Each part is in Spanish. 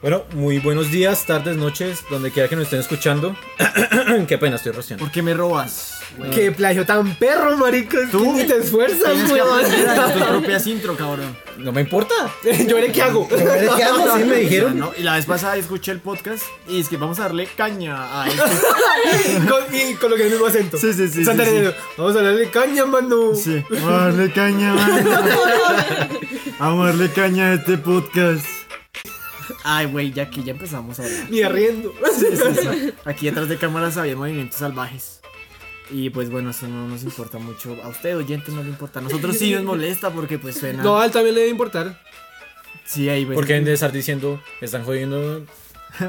Bueno, muy buenos días, tardes, noches, donde quiera que nos estén escuchando. Qué pena, estoy rociando. ¿Por qué me robas? güey? Qué plagio tan perro, marico. es que Tú Ni te esfuerzas, Tienes que aprender a hacer tus weón. propias intro, cabrón. No me importa. Yo veré qué hago. veré qué hago. Así me O sea, dijeron. ¿no? Y la vez pasada escuché el podcast y es que vamos a darle caña a esto. con, y con lo que es el mismo acento. Sí, sí, sí, sí, Santander, Vamos a darle caña, mano. Sí, vamos a darle caña, mano. Vamos a darle caña a este podcast. Ay, güey, ya que ya empezamos a hablar. Ni arriendo. Aquí detrás de cámaras había movimientos salvajes. Y pues bueno, eso no nos importa mucho. A usted, oyente, no le importa. A nosotros sí nos molesta porque pues suena. No, a él también le debe importar. sí, ahí ves. ¿Por qué deben de estar diciendo, me están jodiendo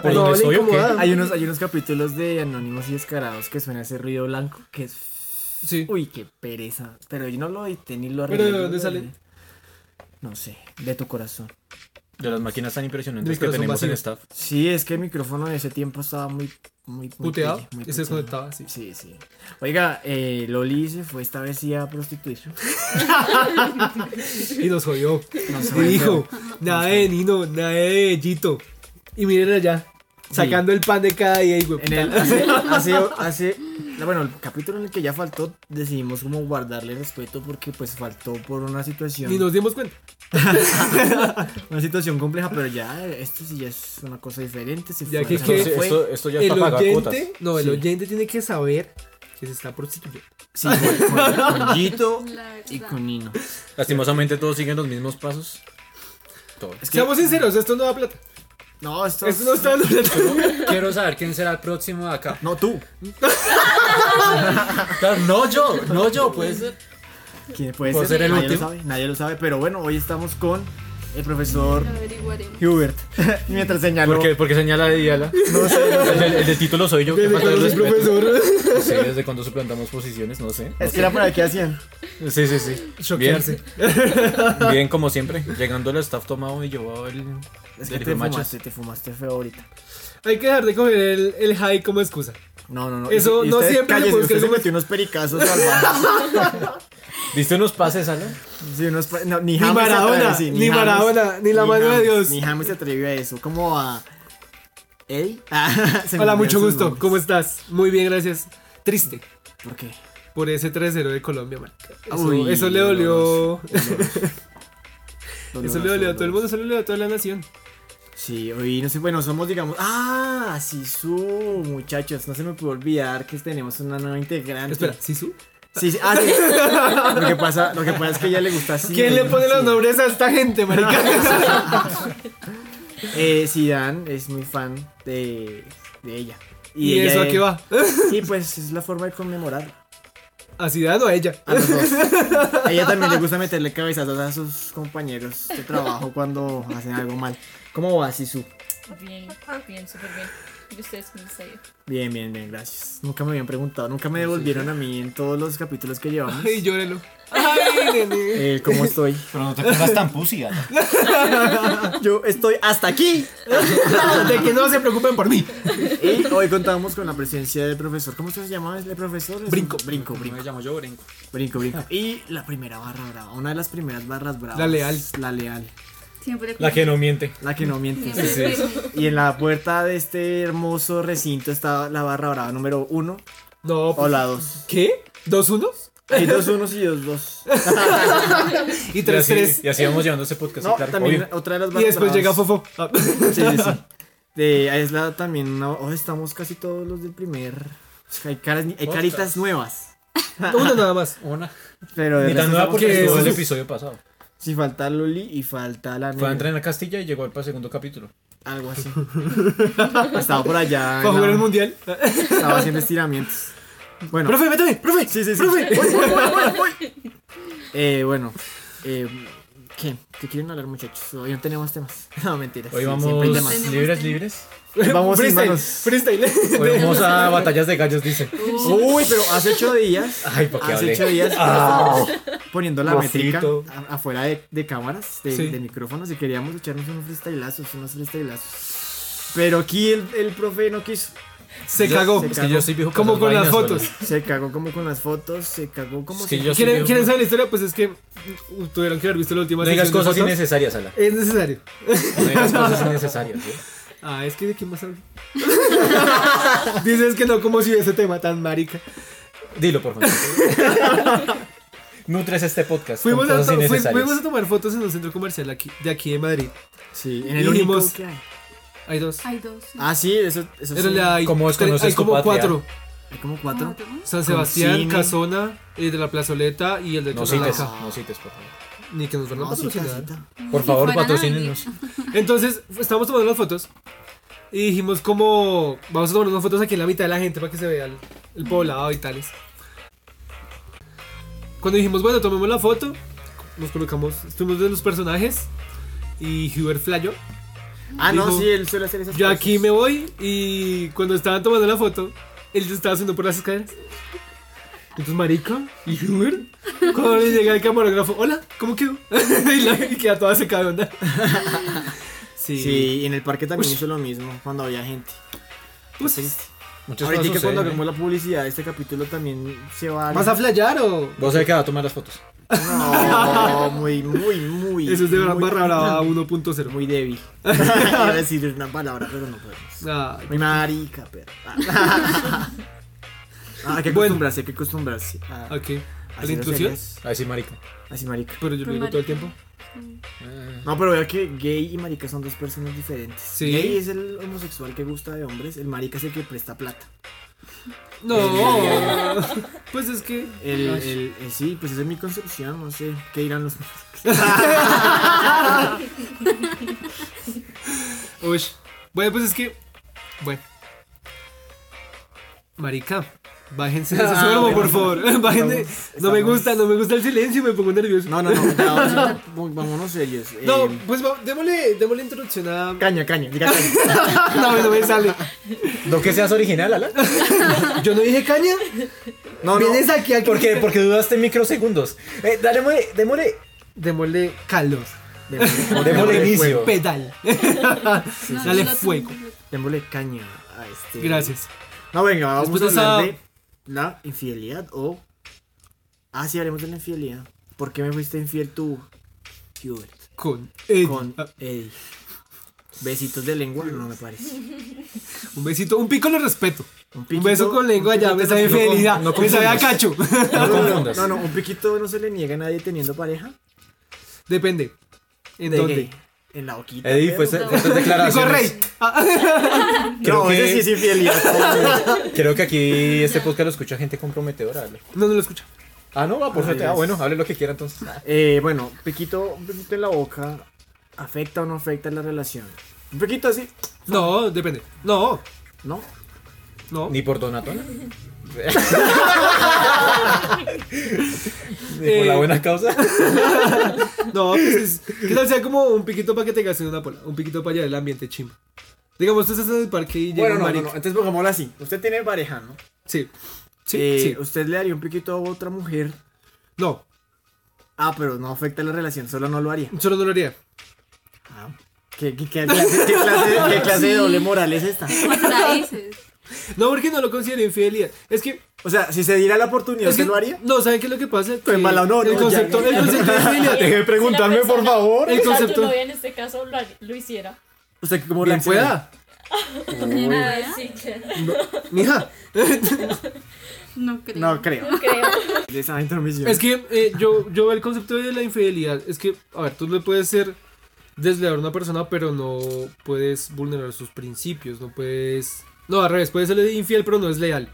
por No, donde le estoy o qué? incomoda. Hay unos, hay unos capítulos de Anónimos y Descarados que suena ese ruido blanco que es. Sí. Uy, qué pereza. Pero yo no lo edité ni lo Pero, arreglé. ¿de dónde no lo sale? arreglé. No sé, de tu corazón. De las máquinas tan De impresionantes mi que corazón tenemos en vacío. staff. Sí, es que el micrófono de ese tiempo estaba muy. muy, muy Puteado. pelle, muy Y se desconectaba, sí. Sí, sí. Oiga, eh, Loli se fue esta vez sí a prostituirse. Y nos jodió. Nos y jodió. dijo, nada de Nino, nada de Gito. Y miren allá, sacando el pan de cada día y güey. En el, hace, hace, hace- no, bueno, el capítulo en el que ya faltó, decidimos como guardarle respeto porque pues faltó por una situación, Ni nos dimos cuenta. una situación compleja, pero ya eh, esto sí ya es una cosa diferente, se Ya fue, o que- sea, que- no se fue. Esto, esto ya El está para pagar cuotas. oyente, no, el Sí. oyente tiene que saber que se está prostituyendo. Sí, fue con, con Gito La verdad. y con Nino. Lastimosamente todos siguen los mismos pasos. Todo. Es que- Seamos sinceros, esto no da plata. no, esto, Esto no está dando plata. Quiero saber quién será el próximo de acá. No, tú. Claro, No yo, no yo, puede ser. ¿Quién puede Por ser el nadie Lo último. sabe, nadie lo sabe, pero bueno, hoy estamos con el profesor Lo averiguaremos. Hubert. Mientras señaló. ¿Por qué, por qué señala de Diala? El, del- el del título soy yo. que Desde falta cuando de soy respeto. profesor. No sé desde cuándo suplantamos posiciones, no sé. Es que era por aquí hacían. Sí, sí, sí. Bien, Choquearse. bien, como siempre. Llegando al staff tomado y llevado el. Es el que te remachas. fumaste, te fumaste feo ahorita. Hay que dejar de coger el, el high como excusa. No, no, no. Eso no ustedes siempre le cállense, puedes ustedes creer. metió unos pericazos salvajes. ¿Diste unos pases, Alan? Sí, unos pa- no, ni Ni James se Maradona, atreve, sí, ni James- Maradona, ni la ni mano de James, Dios. Ni James se atrevió a eso. Como a. Ah, ¿Ey? Hola, mucho gusto. ¿Cómo estás? Muy bien, gracias. Triste ¿Por qué? por ese 3-0 de Colombia, man. Eso, Uy, eso le dolió. doloroso, doloroso, Eso doloroso, le dolió a todo doloroso. el mundo, eso le dolió a toda la nación. Sí, hoy no sé, bueno, somos digamos, ah, Sisu, muchachos, no se me pudo olvidar que tenemos una nueva integrante. Espera, ¿Sisu? Sí, sí, ah, sí. Lo que pasa, lo que pasa es que a ella le gusta así. ¿Quién le pone los sí. nombres a esta gente, marica? Eh, Zidane es muy fan de, de ella. ¿Y, ella eso a es- qué va? ¿Eh? Sí, pues es la forma de conmemorarla. ¿A Ciudad o a ella? A los dos. A ella también le gusta meterle cabezazos a sus compañeros de trabajo cuando hacen algo mal. ¿Cómo va, Sisu? Bien, Ah. bien, súper bien. ¿Y ustedes cómo les ha ido? Bien, bien, bien, gracias. Nunca me habían preguntado, nunca me devolvieron a mí en todos los capítulos que llevamos. Ay, llórelo. Ay, nene. Eh, ¿Cómo estoy? Pero no te pongas tan pussy, Alan. Yo estoy hasta aquí. De que no se preocupen por mí. Y hoy contamos con la presencia del profesor. ¿Cómo se llamaba el profesor? Brinco. Brinco, Me brinco. llamo yo Brinco. Brinco, brinco. Y la primera barra brava, una de las primeras barras bravas. La leal. La leal. Siempre La que no miente. La que no miente. Siempre Y en la puerta de este hermoso recinto está la barra brava número uno No, o pues, la dos. ¿Qué? ¿Dos unos? Hay dos unos y dos dos. Y Y tres así, tres. y así vamos llevando ese podcast. No, claro, también obvio. otra de las Y barras después bravas. llega Fofo. Ah, Sí, sí, sí. De ahí es la también. una- oh, estamos casi todos los del primer. Hay, caras, hay caritas nuevas. Uno nada más. Una. Pero de Ni tan resto nueva estamos porque casi estuvo todos. el episodio pasado. Si falta Loli y falta la Fue a negra. entrenar a Castilla y llegó al pa- segundo capítulo. Algo así. Estaba por allá. en Para jugar la- el mundial. Estaba haciendo estiramientos. Bueno. Profe, métame, profe. sí, sí, sí. profe. Voy, voy, voy, voy, voy. Eh, bueno. Eh, ¿Qué? ¿Qué quieren hablar, muchachos? Hoy no tenemos temas. No, mentiras. Hoy sí, vamos siempre hay temas. Tenemos libres, tema. libres. Vamos sin freestyle. manos. Freestyle. Hoy vamos a batallas de gallos, dice. Uy, pero hace ocho días. Ay, ¿por qué Hace hablé? ocho días. Ah. poniendo la métrica Vasito. a- afuera de, de cámaras, de, Sí. de micrófonos, y queríamos echarnos unos freestylazos, unos freestylazos. Pero aquí el, el profe no quiso. Se Yo- cagó. Es que yo soy viejo para Como esas con las vainas, fotos. güey. Se cagó como con las fotos, se cagó como Es que si- yo soy ¿Quieren, viejo. quieren saber la historia? Pues es que uh, tuvieron que haber visto la última No digas sesión de cosas fotos. innecesarias, Ala. Es necesario. No digas cosas innecesarias. ¿eh? ¿sí? Ah, es que de quién más hablo. Dices que no, como si ese tema tan marica. Dilo, por favor. Nutres este podcast. Fuimos con a, cosas to- fu- innecesarias. fuimos a tomar fotos en un centro comercial aquí, de aquí de Madrid. Sí, Y dijimos- que hay. Hay dos. Hay dos. sí. Ah, sí, eso, eso Pero sí. ya hay, ¿Cómo tres- desconoces hay tu como patria? cuatro. Hay como Ah, cuatro. Cuatro. San Con Sebastián, cine. Casona, el de la plazoleta y el de No Chonalaca. cites, no cites, por favor. Ni que nos fueran a No, sí, patrocinar. casita. Por Si favor, fueran a patrocínenos. Entonces, fu- estábamos tomando las fotos y dijimos como vamos a tomar unas fotos aquí en la mitad de la gente para que se vea el, el poblado y tales. Cuando dijimos, bueno, tomemos la foto, nos colocamos, estuvimos de los personajes y Hubert flayó. Ah, no, Dijo, sí, él suele hacer esas Yo cosas. aquí me voy y cuando estaban tomando la foto, él se estaba haciendo por las escaleras. Entonces, marica y Hubert, cuando le llega el camarógrafo, hola, ¿cómo quedó? y, la, y queda toda secada de onda. Sí. Sí, y en el parque también Uy. hizo lo mismo cuando había gente. Pues, Triste. Muchas Ahorita cosas que cuando suceden, hagamos la publicidad de este capítulo también se va ¿Vas a flayar o...? ¿eh? Vos el que va a tomar las fotos. No, muy, muy, muy. Eso es de muy, barra brava 1.0. Muy débil. Iba a decir una palabra, pero no podemos. Ah, Muy marica, pero. Ah, hay que Bueno. acostumbrarse, hay que acostumbrarse. Ah, a- a ok. ¿La hacer inclusión? groserías. Ahí sí, marica. Así, marica. Pero yo lo digo todo el tiempo. No, pero vea que gay y marica son dos personas diferentes. Sí. Gay es el homosexual que gusta de hombres, el marica es el que presta plata. No. pues es que... El, el, el- sí, pues esa es mi concepción, no sé. ¿Qué dirán los.? Uy. Bueno, pues es que... Bueno. Marica. Bájense de ese sorbo, por favor. Bájense. No me Ah, estamos- gusta, no me gusta el silencio, me pongo nervioso. No, no, no, ya, vamos a- vámonos serios. eh, No, pues va- démosle, démosle introducción a... caña, caña, diga caña. No, no me sale. Lo que seas original, Alan. Yo no dije caña. No, no. Vienes aquí a... ¿Por qué? Porque dudaste microsegundos. Eh, démosle, démosle, Démosle calor. Démosle- démosle inicio. fuego, Pedal. No, no, Dale no, tú- fuego. Démosle caña a este. Gracias. No, venga, vamos Después de a hablar esa- de la infidelidad o. Ah, sí, haremos de la infidelidad. ¿Por qué me fuiste infiel tú, Hubert? Con Eddie. Con Ah, Eddie. Besitos de lengua, no me parece. un besito, un pico lo respeto. Un, un beso con lengua ya, me piquito sabe no se- felicidad, no me sabe a confundas. cacho. No, no, no, confundas. no, no, un piquito no se le niega a nadie teniendo pareja. Depende. ¿En ¿De dónde? qué? pues, eh, En la boquita. Eddie, pues, pero- fue No. estas Dijo declaraciones. Rey. Ah, Creo No, ese sí que, es infidelidad. creo que aquí este podcast lo escucha gente comprometedora. Ale. no, no lo escucha. Ah, no, va, por Ay, suerte. Ah, Dios. bueno, hable lo que quiera entonces. Eh, bueno, piquito, un piquito en la boca, ¿afecta o no afecta la relación? Un piquito así, No, depende. No, ¿no? no. Ni por Donato. ¿no? Ni por Eh, la buena causa. No, pues es, que tal sea como un piquito para que te gasten una pola. Un piquito para allá del ambiente chimba. Digamos, tú estás en el parque y llega Bueno, un no, no, marica. no, entonces pongámoslo así. Usted tiene pareja, ¿no? Sí. Sí, Eh, sí. Usted le daría un piquito a otra mujer. No, Ah, pero no afecta la relación, solo no lo haría. solo no lo haría. Ah. ¿Qué, qué- qué clase, qué clase- qué clase de doble moral es esta? Pues la dices. No, porque no lo considero infidelidad. Es que O sea, si se diera la oportunidad, Es ¿usted que- lo haría? No, ¿saben qué es lo que pasa? Que embalado, no, el no, concepto, ya, el concepto de infidelidad. Deje de de preguntarme, por favor. El El concepto- concepto. Tu novia en este caso lo, har- lo hiciera. ¿Usted cómo Bien reacciona? pueda, Nada, Sí, claro. mija. No creo. No creo. Creo. De esa intromisión. Es que eh, yo, yo veo el concepto de la infidelidad. Es que, a ver, tú le puedes ser desleal a una persona, pero no puedes vulnerar sus principios. No puedes. No, al revés, puedes ser infiel, pero no es leal.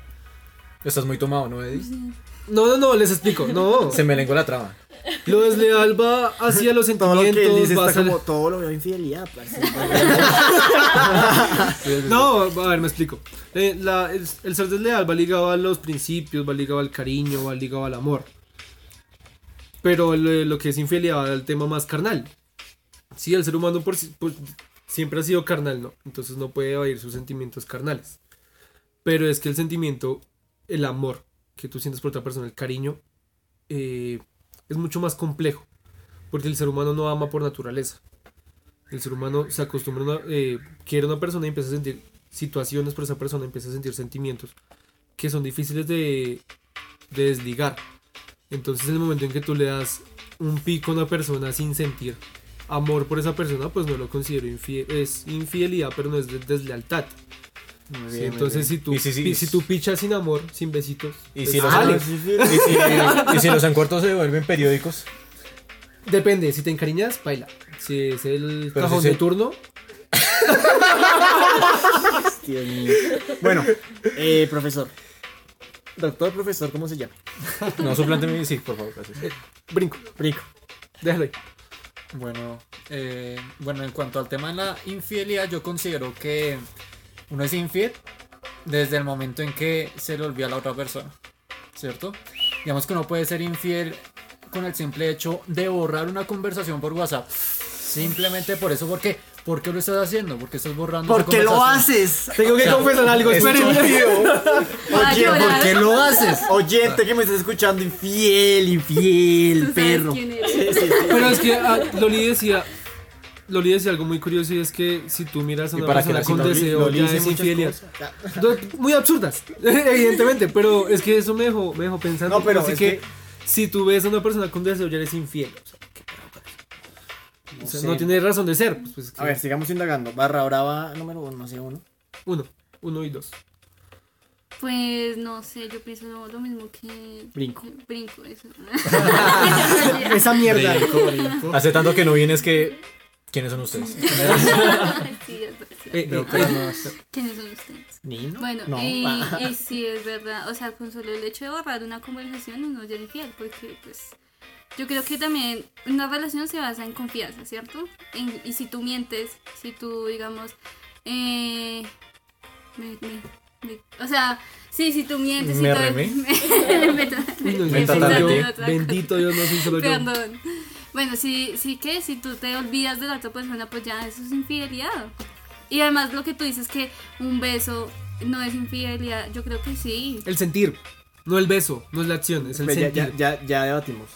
Estás muy tomado, ¿no, Eddie? No, no, no, les explico. No. Se me lengua la trama. Lo desleal va hacia los todo lo sentimientos. que él dice va está hacia- como todo lo veo infidelidad. parce. No, a ver, me explico. Eh, la- el, el ser desleal va ligado a los principios, va ligado al cariño, va ligado al amor. Pero eh, lo, lo que es infidelidad va al tema más carnal. Sí, el ser humano por, si- por- siempre ha sido carnal, ¿no? Entonces no puede evadir sus sentimientos carnales. Pero es que el sentimiento, el amor que tú sientes por otra persona, el cariño, eh, es mucho más complejo. Porque el ser humano no ama por naturaleza. El ser humano se acostumbra a una, eh, quiere a una persona y empieza a sentir situaciones por esa persona, empieza a sentir sentimientos que son difíciles de, de desligar. Entonces, en el momento en que tú le das un pico a una persona sin sentir, amor por esa persona, pues no lo considero infiel. Es infidelidad, pero no es de- deslealtad. Muy bien, Sí, muy entonces, bien. si tú, Y si- si- pi- si tú pichas sin amor, sin besitos, Y pues si los- sale. Ah, sí, sí. Y si, y si los encuentros se vuelven periódicos, Depende, si te encariñas, baila. Si es el Pero cajón si de se- turno, Dios mío. Bueno, eh, profesor. Doctor, profesor, ¿cómo se llama? no suplante mi. Sí, por favor, gracias. brinco, Rico. déjalo ahí. Bueno, eh, bueno, en cuanto al tema de la infidelidad, yo considero que uno es infiel desde el momento en que se le olvida a la otra persona, ¿cierto? Digamos que uno puede ser infiel con el simple hecho de borrar una conversación por WhatsApp. Simplemente por eso, ¿por qué? ¿Por qué lo estás haciendo? Porque estás borrando esa Porque lo conversación. haces? Tengo que confesar algo, espérenme. Va a llorar. ¿Por qué lo haces? Oyente que me estás escuchando, infiel, infiel, Tú sabes perro. quién eres. Sí, sí, sí. Pero es que ah, Loli decía. Loli decía algo muy curioso y es que si tú miras a Y una para que persona la con cita- deseo Loli ya dice es muchas infidelidad. Do- Muy absurdas, evidentemente, pero es que eso me dejó, me dejó pensando. No, pero Así es que, que- si tú ves a una persona con deseo ya eres infiel. O sea, ¿qué pedo con eso? O sea, sé. no tiene razón de ser. Pues, pues, A ver, sigamos indagando. Barra brava número uno, no sé, uno. Uno, uno y dos. Pues no sé, yo pienso lo, lo mismo que. Brinco. que Brinco, eso. Esa mierda. Hace tanto que no vienes que. ¿Quiénes son ustedes? Sí, es verdad. Eh, eh, ¿Quiénes son ustedes? Nino. Bueno, No. y, Ah. y sí, es verdad. O sea, con solo el hecho de borrar una conversación uno ya es infiel, porque pues. Yo creo que también una relación se basa en confianza, ¿cierto? En- y si tú mientes, si tú, digamos. Eh, me- me- me- o sea, sí, si tú mientes. Me si tú- remé. me- me- uy, no, Me no soy tatateé. yo. Bendito Dios, no soy solo yo. Perdón. Bueno, sí, sí que si tú te olvidas de la otra persona, pues ya eso es infidelidad. Y además lo que tú dices que un beso no es infidelidad, yo creo que sí. El sentir, no el beso, no es la acción, es el Ve, ya, sentir. ya, ya, ya debatimos.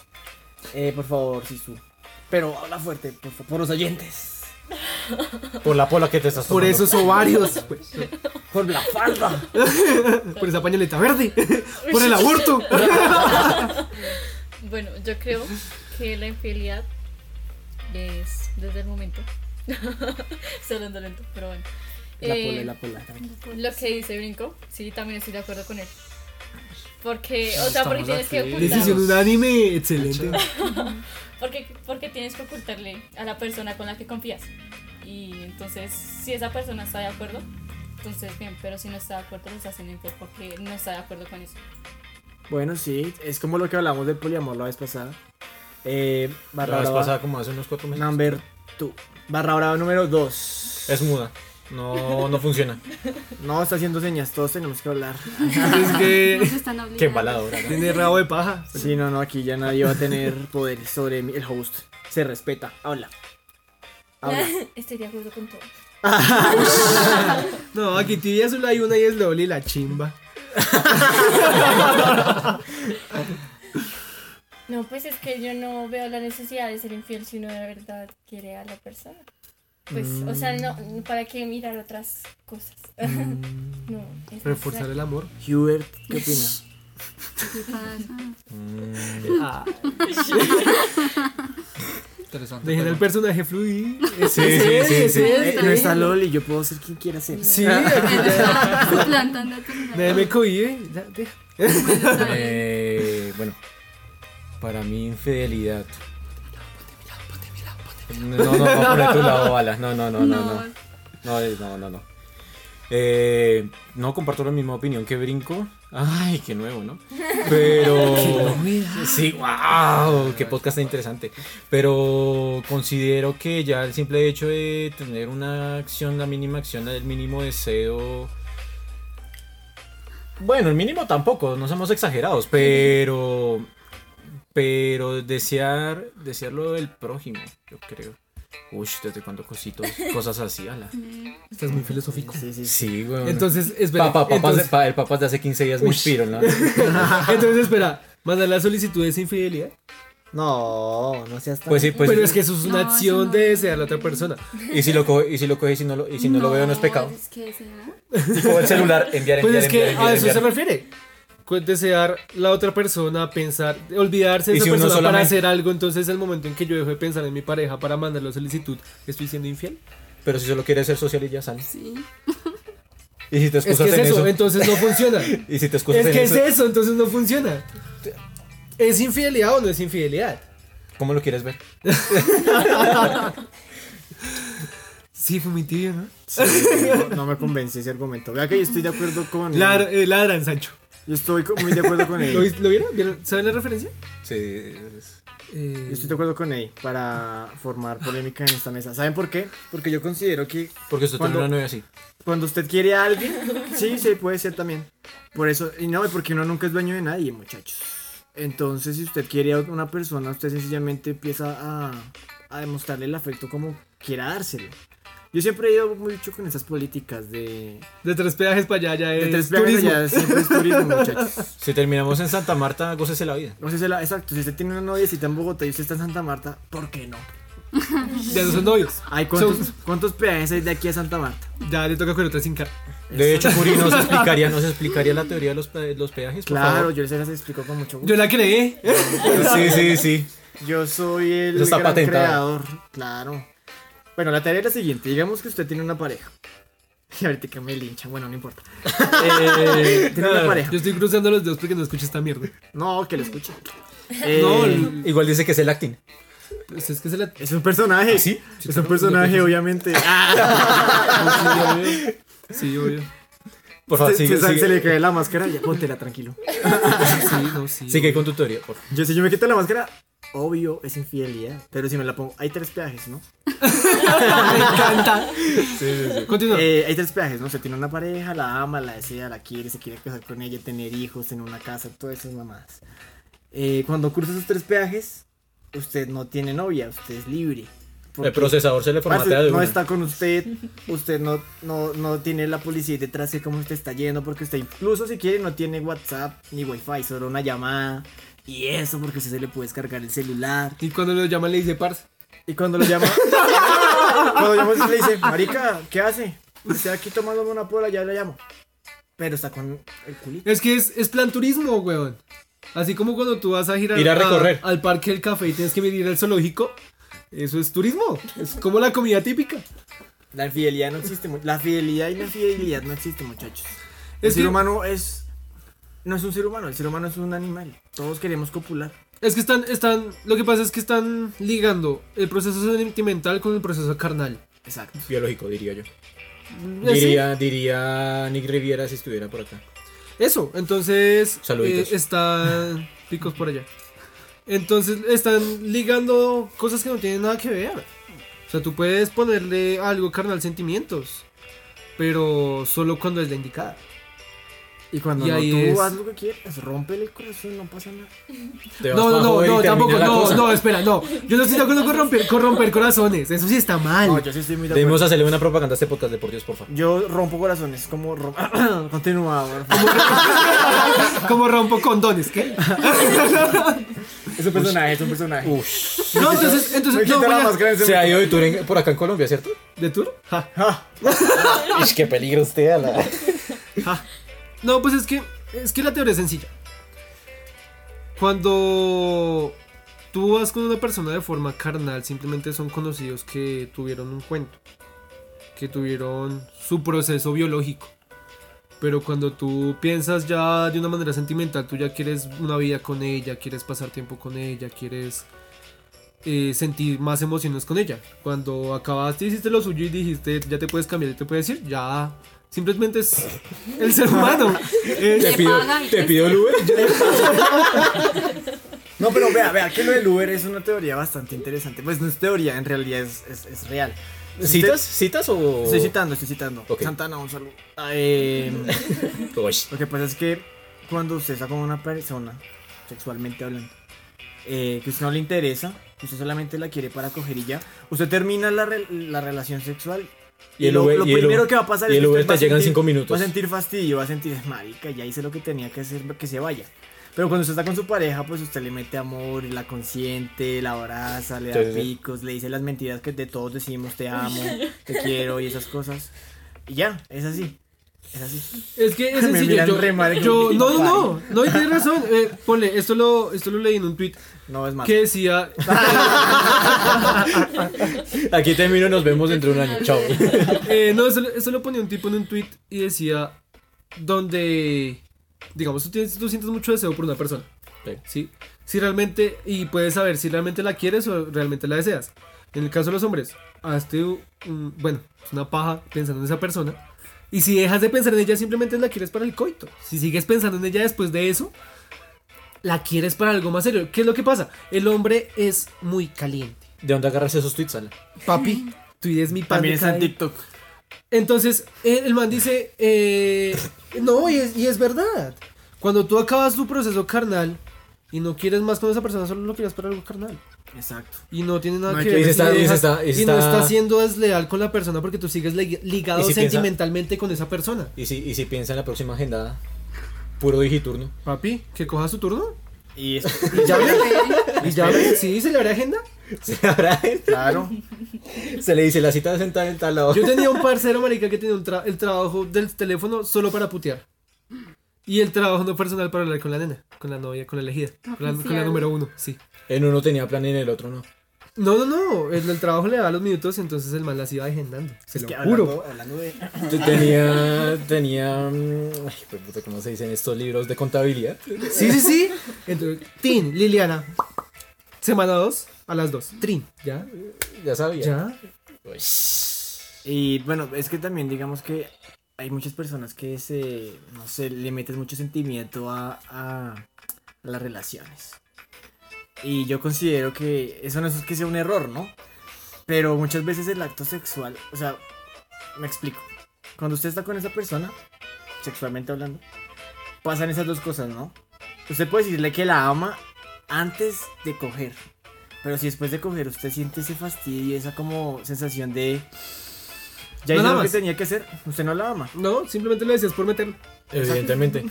Eh, por favor, Sisu. Pero habla fuerte, por, fa- por los oyentes. Por la pola que te estás Por tomando. esos ovarios, pues, Por la falda. por esa pañoleta verde, por el aborto. Bueno, yo creo que la infidelidad es desde el momento. Se lo lento, pero bueno. La Eh, pola, la pola. Lo que dice Brinco, sí, también estoy de acuerdo con él. Porque, o sea, Estamos porque tienes que aquí. Decisión ocultar. unánime, excelente. Porque, porque tienes que ocultarle a la persona con la que confías. Y entonces, si esa persona está de acuerdo, entonces bien, pero si no está de acuerdo, lo está haciendo infiel porque no está de acuerdo con eso. Bueno, sí, es como lo que hablamos del poliamor la vez pasada. Eh, barra La vez brava pasada, como hace unos cuatro meses. number two. Barra brava número 2. Es muda. No, no funciona. No, está haciendo señas, todos tenemos que hablar. Es que Nos están obligando. Qué embalada ahora. ¿no? tiene rabo de paja. Sí, no, no, aquí ya nadie va a tener poder sobre mí, el host. Se respeta, habla. Habla. Estoy de acuerdo con todo. No, aquí tibia solo hay una y es Loli la chimba. No, pues es que yo no veo la necesidad de ser infiel si uno de verdad quiere a la persona. Pues, o sea, no, ¿para qué mirar otras cosas? no, es Reforzar el amor. Hubert, ¿qué opina? ¿Qué pasa? Interesante. Dejen pero- al personaje fluir. Sí, sí, sí. sí. Eh, no está Loli, yo puedo ser quien quiera ser. Sí, aquí Suplantando a tu nadie mujer. me cohibe. Ya, deja. Bueno, está bien. Eh, bueno, para mí infidelidad. No, no, no, por tu lado, bala. No, no, no, no, no. No. No, eh, no, no, no. Eh, no comparto la misma opinión que Brinco. Ay, qué nuevo, ¿no? Pero. sí, wow, qué podcast tan interesante. Pero considero que ya el simple hecho de tener una acción, la mínima acción, el mínimo deseo. Bueno, el mínimo tampoco, no somos exagerados, pero. Pero desear, desearlo del prójimo, yo creo. Uy, desde cuando cositos, cosas así, ala. Estás muy filosófico. Sí, sí, sí. Sí, güey. Entonces, espera. Pa- pa- papas entonces, de- pa- el papas de hace 15 días me inspiro, ¿no? entonces, espera. Mandar la solicitud es infidelidad. No, no seas tan. Pues sí, pues pero es que eso es una No, acción eso no. de desear a la otra persona. y si lo coge, y si lo coge y si no lo, y si no, lo veo no es pecado. Es que ¿ah? sea. Y cojo el celular, enviar, enviar, Pues es que enviar, enviar, a eso se enviar. refiere. cu- desear la otra persona, pensar, olvidarse de Y esa si uno persona para solamente- hacer algo, entonces el momento en que yo dejo de pensar en mi pareja para mandar la solicitud, ¿estoy siendo infiel? Pero si solo quiere ser social y ya sale. Sí. Y si te Es excusas que es en eso, eso. entonces no funciona. Y si te excusas es en que es eso, eso, entonces no funciona. ¿Es infidelidad o no es infidelidad? ¿cómo lo quieres ver? Sí, fue muy tibio, ¿no? No, no me convence ese argumento. Vea que yo estoy de acuerdo con. él. Ladra- eh, ladran, Sancho. Yo estoy co- muy de acuerdo con ¿Lo, él. vi- lo vieron? ¿Vieron? ¿Saben la referencia? Sí. es- Eh, Yo estoy de acuerdo con él para formar polémica en esta mesa. ¿Saben por qué? Porque yo considero que Porque usted tiene Cuando- una novia así. cuando usted quiere a alguien, sí, sí, puede ser también. Por eso, y no, porque uno nunca es dueño de nadie, muchachos. Entonces, si usted quiere a una persona, usted sencillamente empieza a, a demostrarle el afecto como quiera dárselo. Yo siempre he ido mucho con esas políticas de, de tres peajes para allá, ya de es tres peajes turismo. allá, siempre es turismo, muchachos. Si terminamos en Santa Marta, gócese la vida. No sé si la- exacto, si usted tiene una noviecita en Bogotá y usted está en Santa Marta, ¿por qué no? Ya no son novios. Ay, ¿cuántos, Son- ¿Cuántos peajes hay de aquí a Santa Marta? Ya le toca con otra sin cara. De hecho, Curi nos explicaría, nos explicaría la teoría de los, pe- los peajes. por Claro, favor. yo se las explico con mucho gusto. Yo la creé. Sí, sí, sí. Yo soy el Eso está gran patentado. creador, claro. Bueno, la tarea es la siguiente. Digamos que usted tiene una pareja. Y ahorita que me lincha, bueno, no importa. Eh, tiene una pareja. Yo estoy cruzando los dedos porque no escucho esta mierda. No, que lo escuche. No, Eh, l- Igual dice que es el acting. pues es que se la. es un personaje. ¿Ah, Sí. Es un personaje, obviamente. Ah, Ah, Sí, obvio. Por favor, se, Ah, sigue, se- se sigue, le cae la máscara. Ya, póntela, tranquilo. Sí, no, sí. sigue con tu teoría. por favor. Yo, si yo me quito la máscara, obvio, es infidelidad. Pero si me la pongo, hay tres peajes, ¿no? Continúa. Eh, hay tres peajes, ¿no? Se tiene una pareja, la ama, la desea, la quiere, se quiere casar con ella, tener hijos, tener una casa, todas esas mamadas. Eh, cuando cursa esos tres peajes, usted no tiene novia, usted es libre. Porque, El procesador se le parce, formatea de no una. está con usted, usted no, no, no tiene la policía detrás de cómo usted está yendo, porque usted incluso si quiere no tiene WhatsApp ni wifi, solo una llamada. Y eso porque usted se le puede descargar el celular. Y cuando lo llaman le dice parce. Y cuando lo llama, cuando llama usted le dice, Marica, ¿qué hace? Usted aquí tomándome una pola, ya le llamo. Pero está con el culito. Es que es, es plan turismo, weón. Así como cuando tú vas a girar Ir a recorrer. al parque del café y tienes que venir al zoológico. Eso es turismo. Es como la comida típica. La fidelidad no existe, mu- la fidelidad y la infidelidad no existe, muchachos. El Es ser que- humano es. No es un ser humano, el ser humano es un animal. Todos queremos copular. Es que están, están. Lo que pasa es que están ligando el proceso sentimental con el proceso carnal. Exacto. Biológico, diría yo. ¿Sí? Diría, diría Nick Riviera si estuviera por acá. Eso, entonces Saluditos. eh, están picos por allá. Entonces están ligando cosas que no tienen nada que ver. O sea, tú puedes ponerle a algo carnal sentimientos, pero solo cuando es la indicada. Y cuando Y no, ahí tú es- haz lo que quieres, rómpele el corazón, no pasa nada. Te vas No, pa' no, no, joder y no, termina tampoco, la no, cosa. no, espera, no. Yo no estoy de acuerdo con romper, con romper corazones, eso sí está mal. No, yo sí estoy muy de Debemos acuerdo. hacerle una propaganda a este podcast de por Dios, por favor. Yo rompo corazones, como rompo. Continúa, por favor. Como rompo condones, ¿qué? Es un personaje, es un personaje. No, entonces, Me entonces, quita no, la voy a- máscara en ese Se ha ido de tour en- por acá en Colombia, ¿cierto? ¿De tour? Ja. Es que peligro usted a la... No, pues es que es que la teoría es sencilla. Cuando tú vas con una persona de forma carnal, simplemente son conocidos que tuvieron un cuento, que tuvieron su proceso biológico. Pero cuando tú piensas ya de una manera sentimental, tú ya quieres una vida con ella, quieres pasar tiempo con ella, quieres eh, sentir más emociones con ella. Cuando acabaste, hiciste lo suyo y dijiste, ya te puedes cambiar y te puedes ir, ya. Simplemente es el ser humano. Es- Te Le pido, paga y te ya pido el Uber. No, pero vea, vea, que lo del Uber es una teoría bastante interesante. Pues no es teoría, en realidad es, es, es real. ¿Citas? ¿Citas o...? Estoy citando, estoy citando. Ok. Santana, un saludo. Eh, Uy. lo que pasa es que cuando usted está con una persona, sexualmente hablando, eh, que usted no le interesa, usted solamente la quiere para coger y ya, usted termina la, re- la relación sexual. Y el lo, Uber- lo y el primero Uber- que va a pasar y es el que Uber usted te va a llega en sentir- cinco minutos. Va a sentir fastidio, va a sentir, marica, ya hice lo que tenía que hacer, que se vaya. Pero cuando usted está con su pareja, pues usted le mete amor, la consiente, la abraza, le da Sí, sí, sí. picos, le dice las mentiras que de todos decimos, te amo, te quiero y esas cosas. Y ya, es así. Es así. Es que es Me sencillo. miran Yo, re mal, yo- como, no, no, no, "Pare". no, y tienes razón. Eh, ponle, esto lo, esto lo leí en un tweet No es más. que decía. Aquí termino, nos vemos dentro de un año. Chao. eh, no, eso, lo- eso lo ponía un tipo en un tweet y decía. Donde. Digamos, tú, tienes, tú sientes mucho deseo por una persona. Sí. Sí. Si realmente. Y puedes saber si realmente la quieres o realmente la deseas. En el caso de los hombres, hazte un- un- bueno, es una paja pensando en esa persona. Y si dejas de pensar en ella, simplemente la quieres para el coito. Si sigues pensando en ella después de eso, la quieres para algo más serio. ¿Qué es lo que pasa? El hombre es muy caliente. ¿De dónde agarras esos tweets, Ale? Papi, tú eres mi pan También de está en cada- TikTok. entonces, eh, el man dice, eh, no, y es, y es verdad. Cuando tú acabas tu proceso carnal y no quieres más con esa persona, solo lo quieres para algo carnal. Exacto. Y no tiene nada No hay que que- ver. y se está- no y se dejas- está- y se y no está- estás siendo desleal con la persona porque tú sigues li- ligado ¿Y si piensa? sentimentalmente con esa persona. Y si, y si piensa en la próxima agenda, puro digiturno. Papi, que coja su turno. Y es, Y ya ¿Y ya ¿Sí? ¿Se le abre agenda? Se habrá- claro. se le dice la cita de sentar en tal lado. Yo tenía un parcero, marica, que tenía un tra- el trabajo del teléfono solo para putear. Y el trabajo no personal para hablar con la nena, con la novia, con la elegida, con la, con la Oficial. número uno, sí. En uno tenía plan y en el otro no. No, no, no, el, el trabajo le da los minutos, entonces el man las iba agendando, se Es lo que juro. hablando, hablando de. Te- Tenía, tenía, mm, ay, pues, puta, ¿cómo se dicen estos libros de contabilidad? Sí, sí, sí. Entonces, Tin, Liliana, semana 2, a las 2, Trin, Ya, ya sabía. ya. Uy. Y bueno, es que también digamos que hay muchas personas que se, no sé, le meten mucho sentimiento a, a- a las relaciones. Y yo considero que eso no es que sea un error, ¿no? Pero muchas veces el acto sexual, o sea, me explico. Cuando usted está con esa persona, sexualmente hablando, pasan esas dos cosas, ¿no? Usted puede decirle que la ama antes de coger. Pero si después de coger usted siente ese fastidio, esa como sensación de... Ya No, hice nada lo que más. tenía que hacer, usted no la ama. No, simplemente lo decías por meterlo. Evidentemente.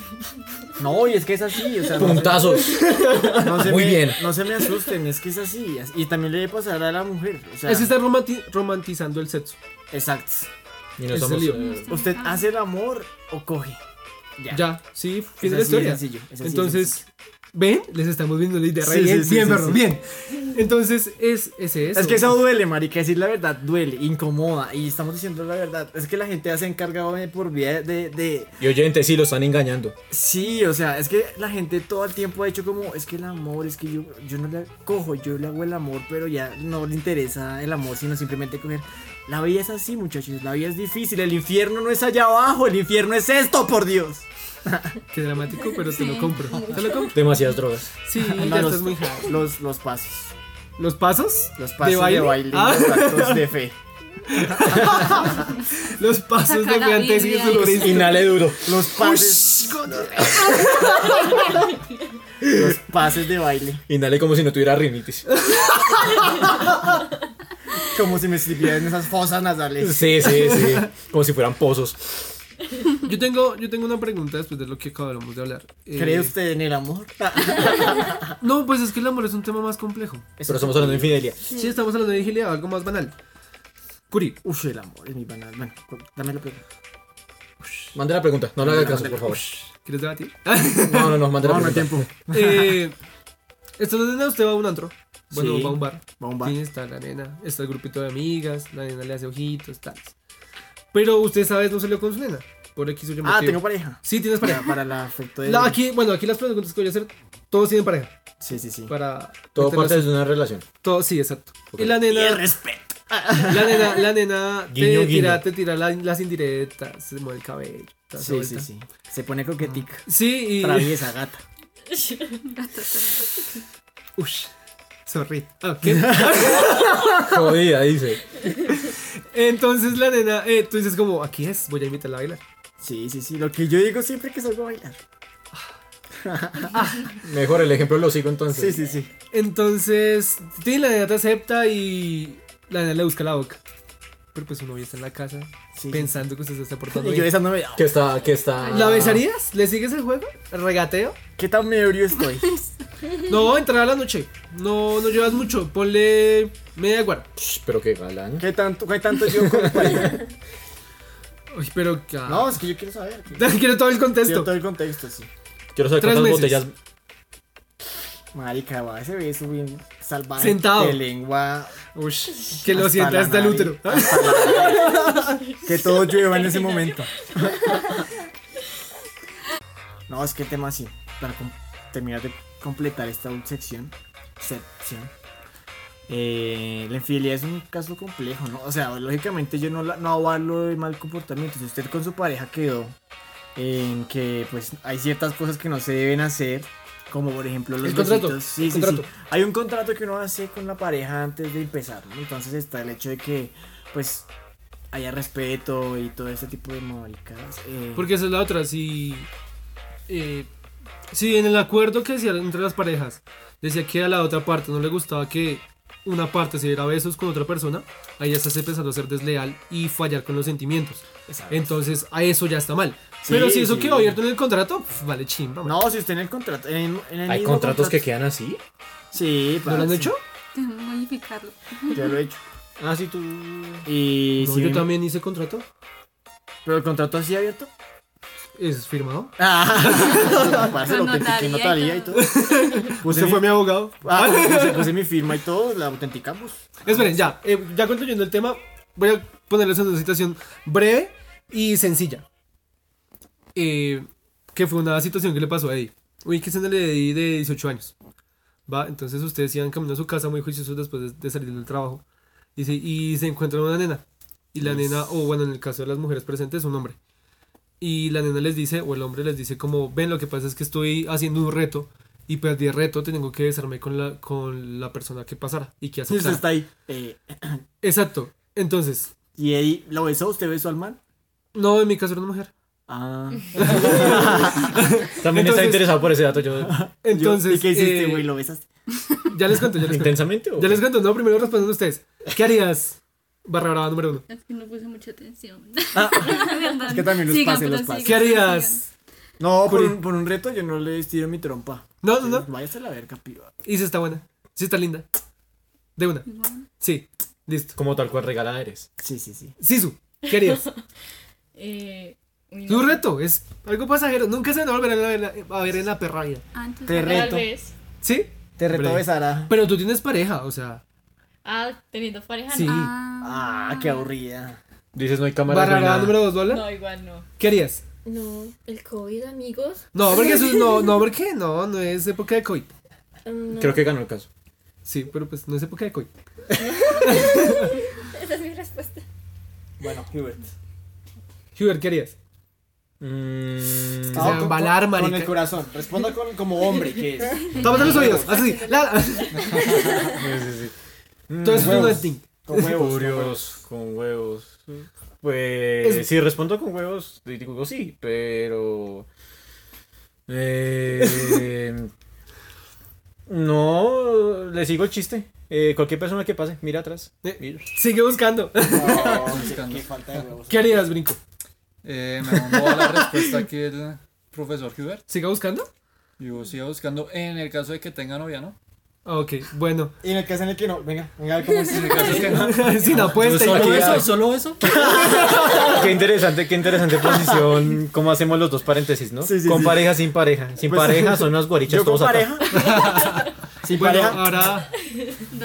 No, y es que es así, o sea... no se- Puntazos. no se Muy me- bien. No se me asusten, es que es así. as- Y también le debe pasar a la mujer, o sea... Es que está romanti- romantizando el sexo. Exacto. Y no Ese somos, lío. eh, ¿Usted hace el amor o coge? Ya. Ya, sí, fin Es de así la de historia. sencillo, es así de Entonces, ¿ven? Les estamos viendo la idea. re Sí, sí, bien, sí, bien, sí, perro, sí. bien. Entonces, es, ese Es que eso duele, marica, decir la verdad duele, incomoda, y estamos diciendo la verdad. Es que la gente ya se ha encargado de, por vía de, de... Y oyente, sí, lo están engañando. Sí, o sea, es que la gente todo el tiempo ha hecho como, es que el amor, es que yo, yo no le cojo, yo le hago el amor, pero ya no le interesa el amor, sino simplemente coger. La vida es así, muchachos, la vida es difícil, el infierno no es allá abajo, el infierno es esto, por Dios. Qué dramático, pero te lo Sí. compro. Te lo compro. Demasiadas drogas. Sí, No, ya los, estás muy high. los, los pasos, ¿Los pasos? los pasos de baile, Ah, los actos de fe. los pasos Saca de la fe antes de Biblia Jesucristo. Inhale duro. Los pases. los pases de baile. Inhale como si no tuviera rinitis. Como si me sirvieran esas fosas nasales. Sí, sí, sí. Como si fueran pozos. Yo tengo, yo tengo una pregunta después de lo que acabamos de hablar. Eh, ¿Cree usted en el amor? No, pues es que el amor es un tema más complejo. Pero estamos hablando de infidelidad. Sí, estamos hablando de vigilia, algo más banal. Curi, Uf, el amor es mi banal. Bueno, cu- dame la pregunta. Mande la pregunta. No le haga caso, por favor. ¿quieres debatir? No, no, no. Mande la No, no hay pregunta. tiempo. eh, ¿Esta nena usted va a un antro? Bueno, Sí. va a un bar. Va a un bar. Sí, está la nena, está el grupito de amigas, la nena le hace ojitos, tal. Pero usted esa vez no salió con su nena. Por X o Y Ah, motivo. tengo pareja. Ah, Sí, tienes Para, pareja. para la afecto de. La- aquí, bueno, aquí las preguntas que voy a hacer, todos tienen pareja. Sí, sí, sí. Para Todo meterlas- parte de una relación. todo- sí, exacto. Ok. Y la Y el nena, respeto. la nena, la nena te Guiño, guiño. tira, te tira la- las indirectas, se mueve el cabello. toda esa Sí, sí, vuelta. Ah. sí. Se pone coquetica. Sí, y. Traviesa gata. Ush, sorry. Ah, ¿qué? Jodida, dice. Entonces la nena, eh, tú dices como, aquí es, voy a invitarla a bailar. Sí, sí, sí. Lo que yo digo siempre que salgo a bailar. Mejor el ejemplo lo sigo Ah, Sí, entonces. sí, sí. Entonces, sí, la nena te acepta y la nena le busca la boca. Pero pues su novia está en la casa Sí, pensando que usted se está portando Y yo Ah. bien. besándome. Que está, que está. ¿La besarías? ¿Le sigues el juego? ¿El regateo? ¿Qué tan ebrio estoy? No, entrar a la noche. No, no llevas mucho. Ponle media guarda. Shh, Pero qué galán. ¿Qué tanto, qué tanto yo con mi pareja? Uy, pero. ca- No, es que yo quiero saber. que- Quiero todo Quiero el contexto. todo el contexto, sí. Quiero saber Tres cuántas meses. botellas. Marica, va, ese beso bien salvaje. Sentado. De lengua. Uy, que lo hasta sienta la hasta el nariz, útero. hasta la- que todo llueva en ese momento. No, es que el tema así. Para com- terminar de completar esta sección. Sección. eh, la infidelidad es un caso complejo, ¿no? O sea, lógicamente yo no, la- no avalo el mal comportamiento. Si usted con su pareja quedó en que pues hay ciertas cosas que no se deben hacer, como por ejemplo los El contrato, besitos. Sí, el sí, sí. contrato. Hay un contrato que uno hace con la pareja antes de empezar, ¿no? Entonces está el hecho de que pues haya respeto y todo este tipo de maricadas. eh, Porque esa es la otra, si... eh, si en el acuerdo que hacían entre las parejas decía que a la otra parte no le gustaba que una parte se diera besos con otra persona, ahí ya estás empezando a ser desleal y fallar con los sentimientos. exacto. Entonces, a eso ya está mal. Sí, Pero si eso sí. quedó abierto en el contrato, pf, vale chimba. man. No, si usted en el contrato. En el, en el Hay mismo contratos que contrato- quedan así. Sí, ¿No lo han parce, hecho? Tengo que modificarlo. Ya lo he hecho. Ah, sí, tú. Y No, sí, yo también hice contrato. ¿Pero el contrato así abierto? Es firmado. Ah, parce, lo Con autentiqué, notaría y todo. Puse Usted mi, fue mi abogado. ah, puse- puse mi firma y todo, la autenticamos. Esperen, ya, eh, ya concluyendo el tema, voy a ponerles en una situación breve y sencilla. Eh, que fue una situación que le pasó a Eddie. Uy, que se le Eddie de 18 años. Va, entonces ustedes iban camino a su casa muy juiciosos después de, de salir del trabajo. Y se, y se encuentran una nena. Y la nena, o bueno, en el caso de las mujeres presentes, un hombre. Y la nena les dice, o el hombre les dice como, ven, lo que pasa es que estoy haciendo un reto. Y perdí el reto, tengo que besarme con la, con la persona que pasara y que Y usted aceptara. está ahí. eh, Exacto. Entonces, y ahí, ¿lo besó? ¿Usted besó al man? no, en mi caso era una mujer. Ah. También Entonces- está interesado por ese dato yo. Entonces, ¿Y qué hiciste, eh, güey? ¿Lo besaste? ya les cuento, ya les cuento. ¿Intensamente? O... Ya les cuento, no, primero respondiendo ustedes. ¿Qué harías? Barra brava número uno. Es que no puse mucha atención. Ah. es que también los pase, los pase. ¿Qué harías? No, por Curi- un, por un reto yo no le estiro mi trompa. No, no, no. Váyase a la verga, piba. Y si está buena. Si está linda. De una. Sí. Listo. Como tal cual regala eres. Sí, sí, sí. Sisu, ¿qué harías? Eh, uy, Tu no. reto es algo pasajero. Nunca se van a volver a ver, a ver en la perra vida. Ah, Te re- Tal reto. vez. ¿Sí? Te reto a Hombre. besar a- Pero tú tienes pareja, o sea. Ah, teniendo pareja. Sí. No. Ah, qué aburrida. Dices, no hay cámara. Barra brava número dos, ¿vale? no, igual no. ¿Qué harías? No, el COVID, amigos. No, porque eso es- no, no, porque no, no es época de COVID. Mm, No. Creo que ganó el caso. Sí, pero pues no es época de COVID. Esa es mi respuesta. Bueno, Hubert. Hubert, ¿qué harías? Mm, Ah. Que se va a embalar, con, con marica. el corazón. Responda con, como hombre que es. Tápate los oídos, haz así. La... Mm, Entonces, huevos. tú no es Tink. Con huevos. con huevos. Curios, con huevos. Pues si respondo con huevos, digo sí, pero. eh, no, le sigo el chiste. Eh, cualquier persona que pase, mira atrás. Eh. Mira. Sigue buscando. No, Oh, qué falta de huevos. ¿Qué harías, Brinco? Eh, me mandó la respuesta aquí el profesor Hubert. ¿Siga buscando? Yo sigo buscando en el caso de que tenga novia, ¿no? Ah, Ok, bueno. Y en el caso en el que no, venga, venga, a ver cómo es. Sin Pues apuesta Yo y soy todo aquí, eso. ah. ¿Solo eso? Qué interesante, qué interesante posición. Cómo hacemos los dos paréntesis, ¿no? Sí, sí, con sí. pareja, sin pareja. Sin Pues, pareja son unas guarichas Yo con todos acá. pareja. Sin Bueno, ah. pareja. ahora,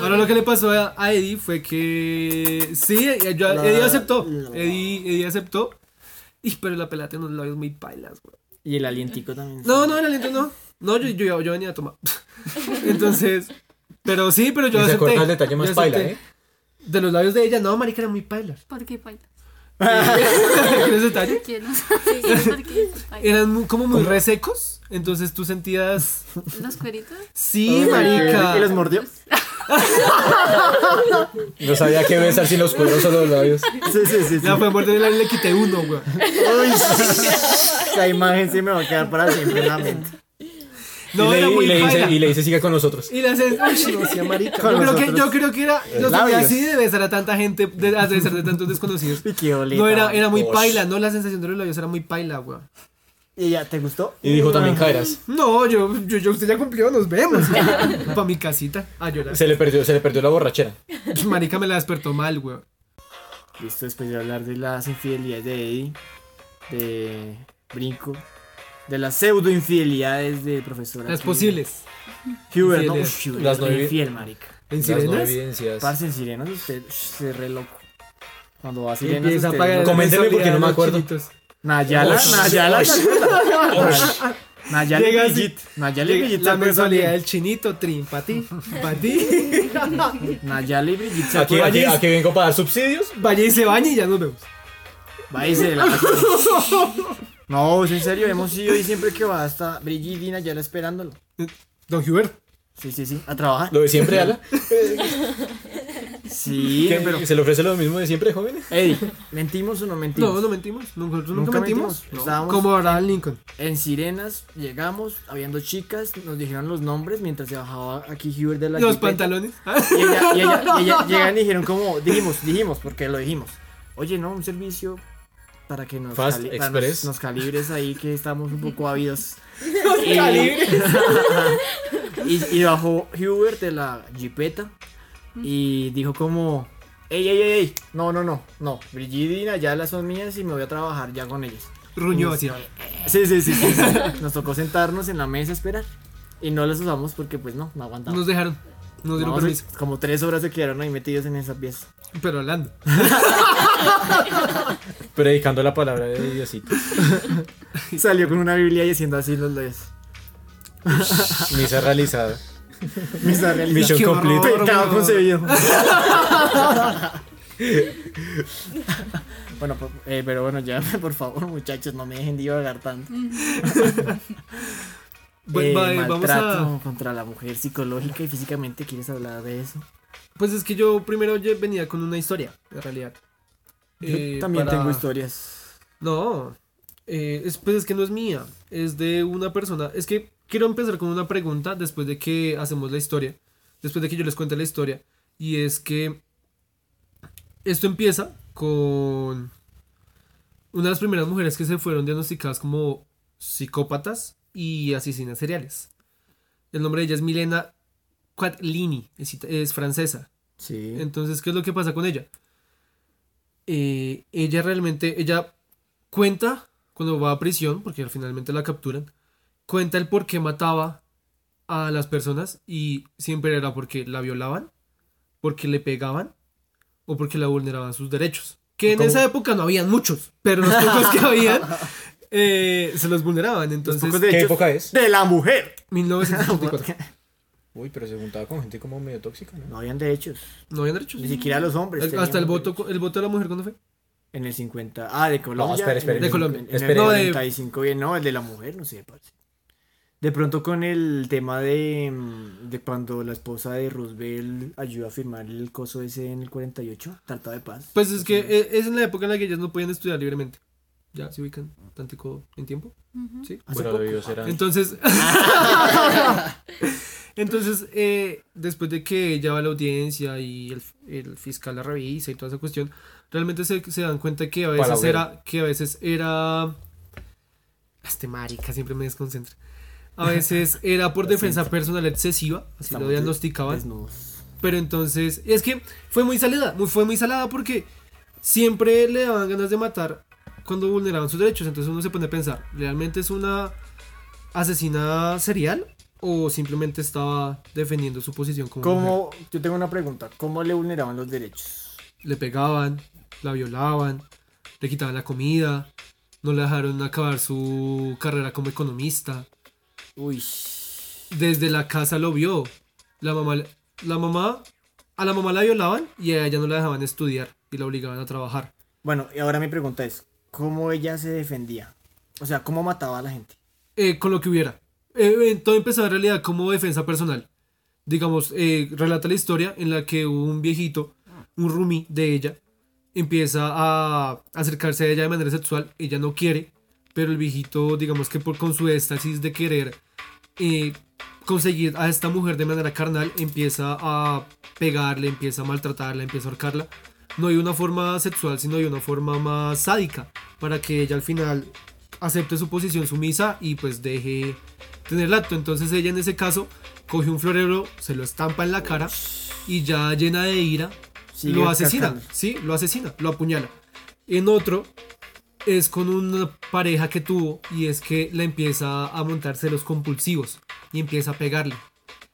ahora lo que le pasó a, a Eddie fue que. Sí, eh, yo- Eddie aceptó. la- Eddie, Eddie aceptó. Y, pero la pelada tiene unos labios muy pailas, güey. Y el alientico también. No, no, el aliento no. No, yo, yo, yo venía a tomar. Entonces. Pero sí, pero yo Y se acepté. corta el detalle más Yo paila, acepté. ¿eh? De los labios de ella, no, marica, era muy paila. ¿Por qué faltas? ¿Quieres detalle? ¿Quién no sabe? ¿Por qué faltas? Eran muy- como muy resecos, entonces tú sentías... ¿Los cueritos? Sí, ¿Y los marica. mordió? No sabía qué besar sin los cueros o los labios. Sí, sí, sí. sí. La fue a morder y la- le quité uno, güey. Uy, esa imagen sí me va a quedar para siempre en la mente. No, y, era le, muy y le dice, paila. y le dice, siga con nosotros. Y le haces... Uy, no, sí, marica. Yo Con creo, que, los yo creo que era... Eh, Los labios. así de besar a tanta gente, de, a besar de tantos desconocidos. Y qué olita. No, era, era muy Osh. paila, no, la sensación de los labios era muy paila, güey. ¿Y ya te gustó? Y dijo también caerás. No, yo, yo, yo, usted ya cumplió, nos vemos. Pa' mi casita, a llorar. Se le perdió, se le perdió la borrachera. Marica me la despertó mal, güey. Listo, después de hablar de las infidelidades de Eddie, de Brinco, de las pseudo infidelidades de profesora. Las Huber. posibles. Huber, no, infieles. Huber, Las no re vi- infiel, marica. ¿En Las no sirenas? evidencias. Parce en sirenas, usted ush, se re loco. Cuando va a sirenas, Empieza a usted- pagar. Coménteme porque no me acuerdo. Nayala, Osh, Nayala, osh, Nayala. Nayala y Llega así. Brigitte. Nayala y Brigitte. La se acuerdan mensualidad bien. del chinito, Trin, para ti, para ti. Nayala y Brigitte. ¿se Aquí, acuerdan aquí, bien? aquí vengo para dar subsidios. Vaya y se baña y ya nos vemos. Váyase de la No, es en serio, hemos ido y siempre que va hasta Brigitte y Nayala esperándolo. Don Hubert, Sí, sí, sí, a trabajar. Lo de siempre, Ala. Sí, ¿Qué? pero. ¿Se le ofrece lo mismo de siempre, jóvenes? Ey, ¿mentimos o no mentimos? No, no mentimos. no, Nosotros nunca, Nunca mentimos. mentimos. No. Estábamos- Como Abraham Lincoln. En Sirenas llegamos, habiendo chicas, nos dijeron los nombres mientras se bajaba aquí Hubert de la Los jipeta. pantalones. Ah, Y ella, y ella, y ella- llegan y dijeron como, dijimos, dijimos, porque lo dijimos. Oye, no, un servicio para que nos, Fast cali- para Express. nos, nos calibres ahí que estamos un poco ávidos. Y- y, y bajó Hubert de la jipeta y dijo como, ey, ey, ey, ey, no, no, no, no, Brigidina ya las son mías y me voy a trabajar ya con ellas. Ruñó así. Sí, sí, sí, sí, sí. Nos tocó sentarnos en la mesa a esperar y no las usamos porque pues no, no aguantamos. Nos dejaron. Nos dieron No, permiso. como tres horas se quedaron ahí metidos en esa pieza. Pero hablando. Predicando la palabra de Diosito. Salió con una Biblia y haciendo así los labios. Misa realizada. Misa realizada. Mission Qué horror. complete. Pecado concebido. bueno, po- eh, pero bueno, ya, por favor, muchachos, no me dejen divagar tanto. Bueno, Eh, va- eh, vamos maltrato a. contra la mujer psicológica y físicamente, ¿quieres hablar de eso? Pues es que yo primero yo venía con una historia, en realidad. Eh, Yo también para- tengo historias. No, eh, es, pues es que no es mía, es de una persona. Es que quiero empezar con una pregunta después de que hacemos la historia, después de que yo les cuente la historia. Y es que esto empieza con una de las primeras mujeres que se fueron diagnosticadas como psicópatas y asesinas seriales. El nombre de ella es Milena Quadlini, es ita- es francesa. Sí. Entonces, ¿qué es lo que pasa con ella? Eh, ella realmente, ella cuenta cuando va a prisión, porque finalmente la capturan, cuenta el por qué mataba a las personas y siempre era porque la violaban, porque le pegaban o porque la vulneraban sus derechos. Que en ¿Cómo? esa época no habían muchos, pero los pocos que habían eh, se los vulneraban. Entonces, pocos ¿Qué derechos época es? de la mujer. 1964. Uy, pero se juntaba con gente como medio tóxica, ¿no? No habían derechos. No habían derechos. Ni siquiera los hombres. El- tenían Hasta el voto, derechos. el voto de la mujer, ¿cuándo fue? En el 50. Ah, de Colombia. espere, espere. en el- De Colombia. En Espere. el No, de- 95. Bien, no, el de la mujer, no sé, parce. De pronto con el tema de, mm, de cuando la esposa de Roosevelt ayudó a firmar el coso ese en el 48, Tratado de Paz. Pues es que eh, es en la época en la que ellas no podían estudiar libremente. Ya se ubican tantico en tiempo. Sí. Hace Bueno, poco. debió ser antes. Entonces. Entonces, eh, después de que ella va a la audiencia y el, el fiscal la revisa y toda esa cuestión, realmente se, se dan cuenta que a veces Palabra. era. Que a veces era. Este marica siempre me desconcentra. A veces era por defensa personal excesiva, así Estamos lo pues, diagnosticaban. desnudos. Pero entonces, es que fue muy salada, muy, fue muy salada porque siempre le daban ganas de matar cuando vulneraban sus derechos. Entonces uno se pone a pensar, ¿realmente es una asesina serial o simplemente estaba defendiendo su posición como mujer? ¿Cómo, yo tengo una pregunta. ¿Cómo le vulneraban los derechos? Le pegaban, la violaban, le quitaban la comida, no le dejaron acabar su carrera como economista. Uy. desde la casa lo vio. La mamá, la mamá, a la mamá la violaban y a ella no la dejaban estudiar y la obligaban a trabajar. Bueno, y ahora mi pregunta es, ¿cómo ella se defendía? O sea, ¿cómo mataba a la gente? Eh, con lo que hubiera. Eh, eh, todo empezó en realidad como defensa personal. Digamos, eh, relata la historia en la que un viejito, un rumi de ella, empieza a acercarse a ella de manera sexual. Ella no quiere, pero el viejito, digamos que por, con su éxtasis de querer eh, conseguir a esta mujer de manera carnal, empieza a pegarle, empieza a maltratarla, empieza a ahorcarla. No hay una forma sexual, sino hay una forma más sádica para que ella al final acepte su posición sumisa y pues deje tener el acto. Entonces ella en ese caso coge un florero, se lo estampa en la cara y ya llena de ira Sigue lo asesina, cascando. sí, lo asesina, lo apuñala. En otro es con una pareja que tuvo y es que la empieza a montar celos compulsivos y empieza a pegarle.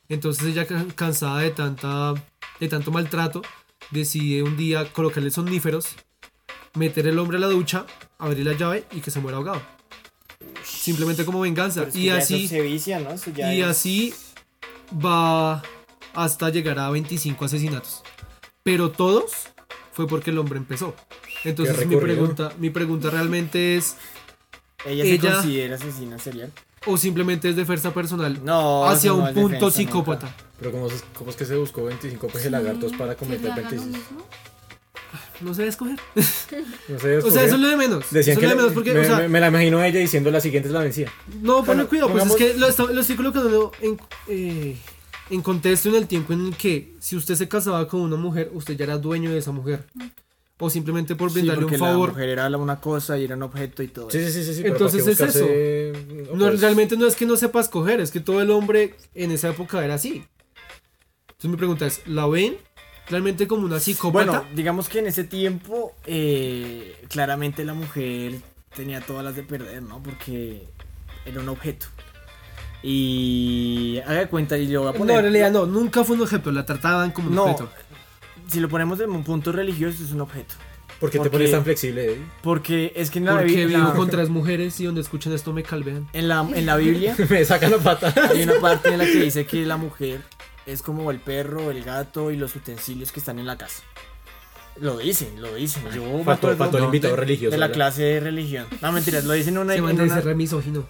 Entonces ella ca- cansada de tanta de tanto maltrato decide un día colocarle somníferos, meter el hombre a la ducha, abrir la llave y que se muera ahogado. Simplemente como venganza Pero es que y ya eso así se vicia, ¿no? Eso ya y es- así va hasta llegar a 25 asesinatos. Pero todos fue porque el hombre empezó. Entonces mi recorrido. pregunta, mi pregunta realmente es, ella, se ella- considera asesina serial. o simplemente es defensa personal No, hacia eso no un es punto defensa psicópata. nunca. Pero ¿cómo es, cómo es que se buscó 25 peces lagartos para cometer 26? No sé escoger. No sé, O sea, eso es lo de menos. Decían eso que es lo de la- menos porque, me, o sea, me- me la imagino a ella diciendo la siguiente es la vencida. no, ponle bueno, cuidado, pues pongamos- es que lo, está- lo estoy colocando en, eh, en contexto en el tiempo en el que si usted se casaba con una mujer, usted ya era dueño de esa mujer. O simplemente por Sí, brindarle porque un la favor. mujer era la- una cosa y era un objeto y todo. Sí, eso. sí, sí, sí. sí Entonces es eso. No, pues. realmente no es que no sepa escoger, es que todo el hombre en esa época era así. Entonces mi pregunta es, ¿la ven realmente como una psicópata? Bueno, digamos que en ese tiempo eh, claramente la mujer tenía todas las de perder, ¿no? Porque era un objeto. Y haga de cuenta y yo voy a no, poner... en realidad no, nunca fue un objeto, la trataban como un No, objeto. Si lo ponemos en un punto religioso es un objeto. ¿Por qué te porque- pones tan flexible, Eddie? Porque es que en la, Porque Biblia- vivo con tres mujeres y donde escuchan esto me calvean. en la, en la Biblia Me sacan la pata. hay una parte en la que dice que la mujer es como el perro, el gato y los utensilios que están en la casa. Lo dicen, lo dicen. Yo me Faltó, acuerdo- faltó el no, invitado de- religioso. De la ¿verdad? clase de religión. No, mentiras, lo dicen en una. Se En van a una ser re misógino.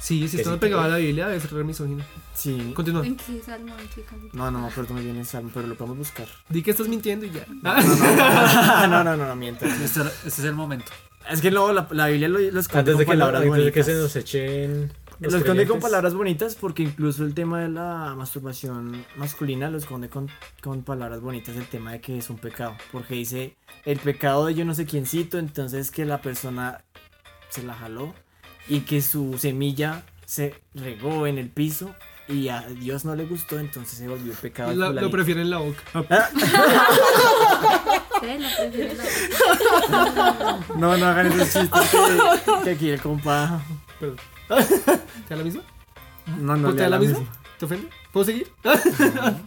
Sí, si Que está sí, pegado a claro. la Biblia, debe ser re misógino. sí. Continúa. ¿En qué salmo? ¿En qué capítulo? No, no me acuerdo muy bien el salmo, pero lo podemos buscar. Di que estás mintiendo y ya. Ah, no, no, no, no, mientras. Este, este es el momento. Es que no, la, la Biblia lo, los esconde Antes con de que, la- palabras antes de que bonitas. se nos echen. Los esconde con palabras bonitas porque incluso el tema de la masturbación masculina los esconde con, con palabras bonitas el tema de que es un pecado. Porque dice el pecado de yo no sé quiéncito, entonces que la persona se la jaló y que su semilla se regó en el piso y a Dios no le gustó, entonces se volvió pecado. de La- lo fulanito. Ah, prefieren la boca. Sí, la prefiero la No, no hagan esos chistes que, que aquí el compa. Perdón. ¿Te da la misma? No, no, ¿Pues le ¿Te da da la lo misma? mismo. ¿Te ofende? ¿Puedo seguir?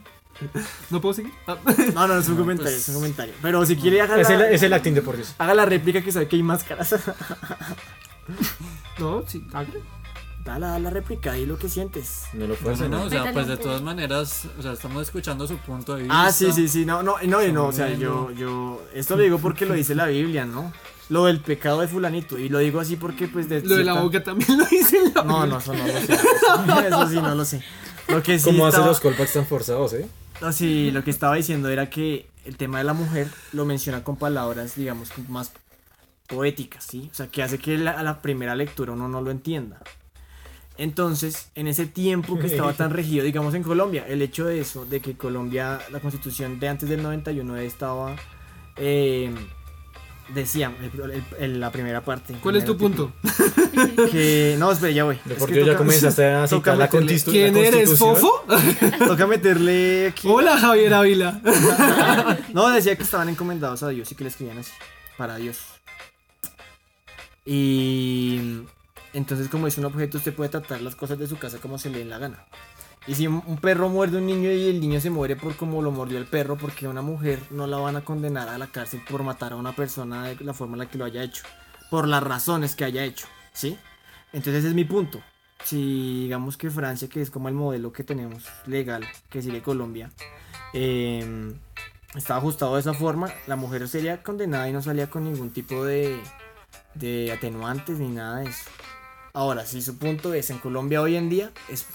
¿No puedo seguir? Ah. No, no, es un comentario, pues- es un comentario. Pero si quiere, haga Es el, la, es el acting de por Dios. haga la réplica que sabe que hay máscaras. No, sí, ah, hágale. Dale, dale la réplica, di lo que sientes. No lo puedo Pues hacer. no, o sea, Métale pues un de puño. todas maneras, o sea, estamos escuchando su punto de vista. Ah, sí, sí, sí, no, no, no, y no, o sea, yo, Bueno. yo, esto lo digo porque lo dice la Biblia, ¿no? Lo del pecado de fulanito, y lo digo así porque, pues, de... Lo de la cierta- boca también lo hice en la No, boca. no, eso no lo sé, eso, eso sí, no lo sé. Lo que sí ¿Cómo hacen estaba- los callbacks tan forzados, eh? No, sí, lo que estaba diciendo era que el tema de la mujer lo menciona con palabras, digamos, con más poéticas, ¿sí? O sea, que hace que la- a la primera lectura uno no lo entienda. Entonces, en ese tiempo que estaba tan regido, digamos en Colombia, el hecho de eso, de que Colombia, la constitución de antes del 91 estaba, eh, decía, el- el- el- la primera parte. ¿Cuál es tu primer punto? artículo, Que, no, espera, ya voy. De Es por que Dios ya toca- comenzaste a toca citar la, meterle- constitu- la ¿Quién eres, constitución. Fofo? Toca meterle aquí. Hola, Javier Ávila. No, decía que estaban encomendados a Dios y que le escribían así, para Dios. Y entonces como es un objeto, usted puede tratar las cosas de su casa como se le dé la gana. Y si un un perro muerde a un niño y el niño se muere por como lo mordió el perro, porque a una mujer no la van a condenar a la cárcel por matar a una persona de la forma en la que lo haya hecho, por las razones que haya hecho, ¿sí? Entonces ese es mi punto. Si digamos que Francia, que es como el modelo que tenemos legal, que sigue Colombia, eh, estaba ajustado de esa forma, la mujer sería condenada y no salía con ningún tipo de, de atenuantes ni nada de eso. Ahora, si su punto es en Colombia hoy en día, es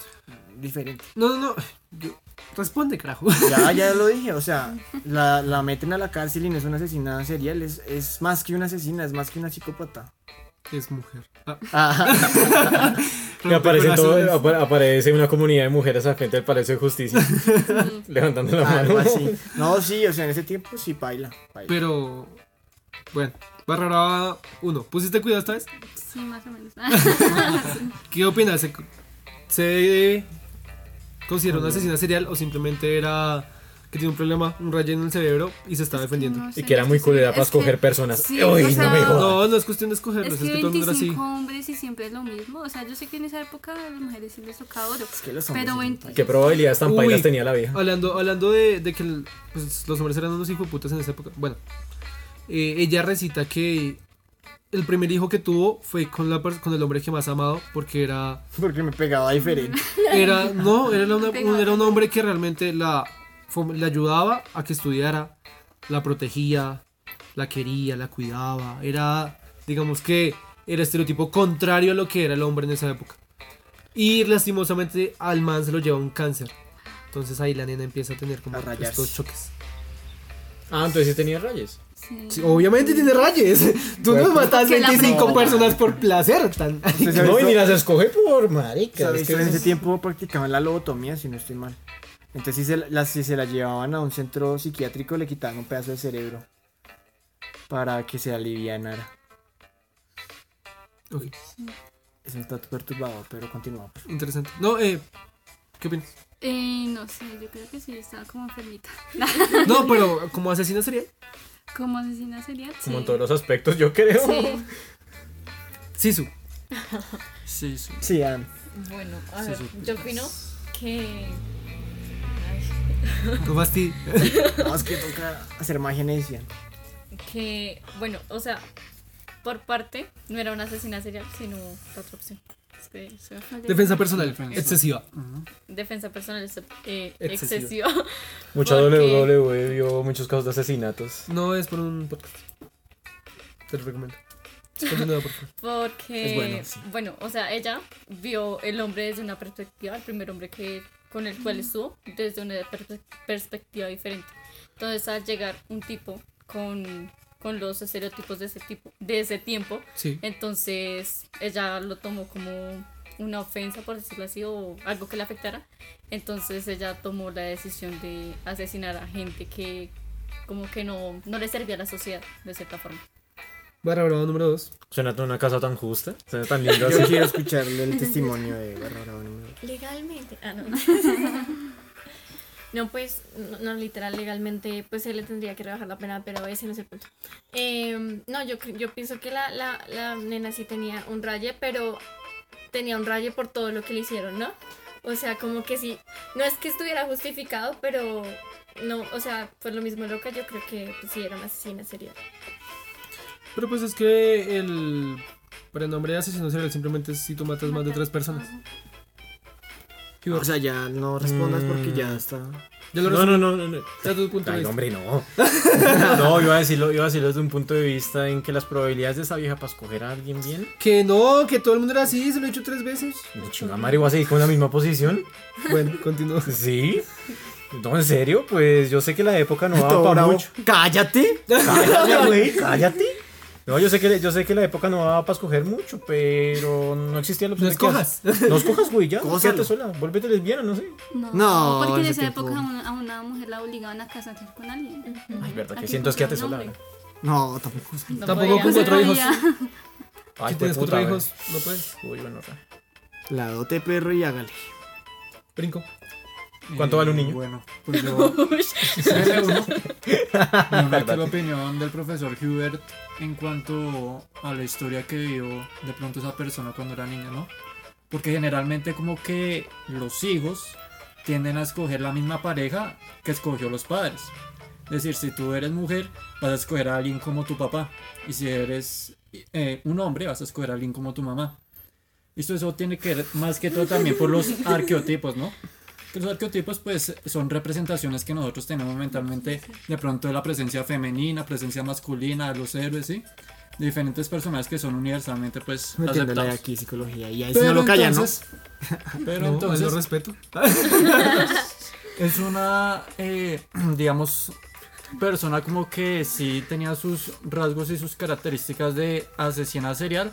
diferente. No, no, no. Yo- Responde, carajo. Ya, ya lo dije, o sea, la, la meten a la cárcel y no es una asesina serial, es, es más que una asesina, es más que una psicópata. Es mujer. Ah, Ah, Que aparece, en todo- Rompecorazones. apa- aparece una comunidad de mujeres al frente del Palacio de Justicia. levantando la algo mano. así. No, sí, o sea, en ese tiempo sí baila. Pero. Bueno, barra brava uno. ¿Pusiste cuidado esta vez? Sí, más o menos. ¿Qué opinas? ¿Se, se consideró una asesina serial o simplemente era que tiene un problema, un rayo en el cerebro y se está defendiendo. No sé, Y que era muy es sí, culera para es que- escoger personas. sí, Uy, o sea, no me jodas. No, no es cuestión de escogerlos, Es es que que, todo el mundo era 25 así. hombres y siempre es lo mismo. O sea, yo sé que en esa época a las mujeres sí les tocaba oro. que los hombres pero sí en- ¿Qué probabilidades tan Uy. pailas tenía la vieja? Hablando, hablando de, de que el- pues, los hombres eran unos hijos putas en esa época. Bueno, eh, ella recita que el primer hijo que tuvo fue con, la, pers- con el hombre que más amado porque era... Porque me pegaba diferente. Era, no, era, la- una- un, era un hombre que realmente la, fom- le ayudaba a que estudiara, la protegía, la quería, la cuidaba. Era, digamos que, era estereotipo contrario a lo que era el hombre en esa época. Y lastimosamente al man se lo lleva un cáncer. Entonces ahí la nena empieza a tener como A rayarse. estos choques. Ah, entonces sí tenía rayes. sí. Sí, obviamente tiene rayes. Tú no matas Que la 25 provoca. personas por placer. Tan... ¿Usted se ha No, y visto- ni las escoge por marica. ¿Sabes Es que que en ese es- tiempo practicaban la lobotomía, si no estoy mal. Entonces, si se, la, si se la llevaban a un centro psiquiátrico, le quitaban un pedazo de cerebro para que se alivianara. Ok, Es un dato perturbador, pero continuamos. interesante. No, eh, ¿qué opinas? Eh, no sé, yo creo que sí, estaba como enfermita. No, pero como asesina sería. Como asesina serial. Como sí. en todos los aspectos, yo creo. Sí. Sisu. Sí, sí. Sí, Adam. Bueno, a Sí, ver, sí. yo opino que. No basti. No, es que toca hacer magia necia. que, bueno, o sea, por parte no era una asesina serial, sino la otra opción. Es que soy- Defensa personal. Defensa. Excesiva. defensa personal es, eh, Excesiva. excesiva. Mucha Porque- WWE vio muchos casos de asesinatos. No es por un podcast. Te lo recomiendo. Continúa, por favor. Porque, Es bueno, sí. bueno, o sea, ella vio el hombre desde una perspectiva, el primer hombre que con el cual estuvo, desde una perpe- perspectiva diferente. Entonces, al llegar un tipo con, con los estereotipos de ese, tipo, de ese tiempo, Sí. Entonces ella lo tomó como una ofensa, por decirlo así, o algo que le afectara. Entonces ella tomó la decisión de asesinar a gente que como que no, no le servía a la sociedad, de cierta forma. Bárbara Brava número 2. Suena tan una casa tan justa, suena tan linda. Yo así. quiero escucharle el testimonio de Bárbara. Bravo. Legalmente. Ah, no. No, pues, no, no, literal, legalmente, pues se le tendría que rebajar la pena, pero ese no es el punto. Eh, no, yo, cre- yo pienso que la, la, la nena sí tenía un raye, pero tenía un raye por todo lo que le hicieron, ¿no? O sea, como que sí, no es que estuviera justificado, pero no, o sea, por lo mismo loca, yo creo que pues, sí era una asesina serial. Pero pues es que el prenombre de asesino serial simplemente es si tú matas más de tres personas. O sea, ya no respondas porque ya está. Ya lo No, resumí. no, no, no. no. Ya tu punto de Ay, vista. hombre, no. No, iba a decirlo, iba a decirlo desde un punto de vista en que las probabilidades de esa vieja para escoger a alguien bien. Que no, que todo el mundo era así, se lo he hecho tres veces. Me chinga madre, voy a seguir con la misma posición. Bueno, continúa. Sí. No, en serio, pues yo sé que la época no Todo daba para bravo. mucho. ¡Cállate! ¡Cállate, güey! ¡Cállate! No, yo sé, que, yo sé que la época no daba para escoger mucho, pero no existía la opción. No de que escojas. haces. No escojas, güey, ya. Cósalo. Cósate sola, vuélvete lesbiana, no sé. No, No, porque en ese esa tiempo- época a una, a una mujer la obligaban a casarse con alguien. Ay, verdad, Aquí que siento es que encontré un sola. hombre. No, tampoco. No Tampoco podía. con cuatro hijos. Había- Ay, Si tienes puta, cuatro güey. hijos, no puedes. Uy, bueno, ra. La dote perro y hágale. Brinco. ¿Cuánto vale un niño? Bueno, pues yo. Una la opinión del profesor Hubert en cuanto a la historia que vivió de pronto esa persona cuando era niña, ¿no? Porque generalmente como que los hijos tienden a escoger la misma pareja que escogió los padres. Es decir, si tú eres mujer, vas a escoger a alguien como tu papá. Y si eres eh, un hombre, vas a escoger a alguien como tu mamá. Esto eso tiene que ver más que todo también por los arqueotipos, ¿no? Que los arqueotipos pues son representaciones que nosotros tenemos mentalmente de pronto de la presencia femenina, presencia masculina, de los héroes, ¿sí? De diferentes personajes que son universalmente pues Metiéndole aceptados. aquí psicología. Y ahí sí Pero no lo callan, ¿no? entonces- No, Pero entonces lo respeto. es una, eh, digamos, persona como que sí tenía sus rasgos y sus características de asesina serial,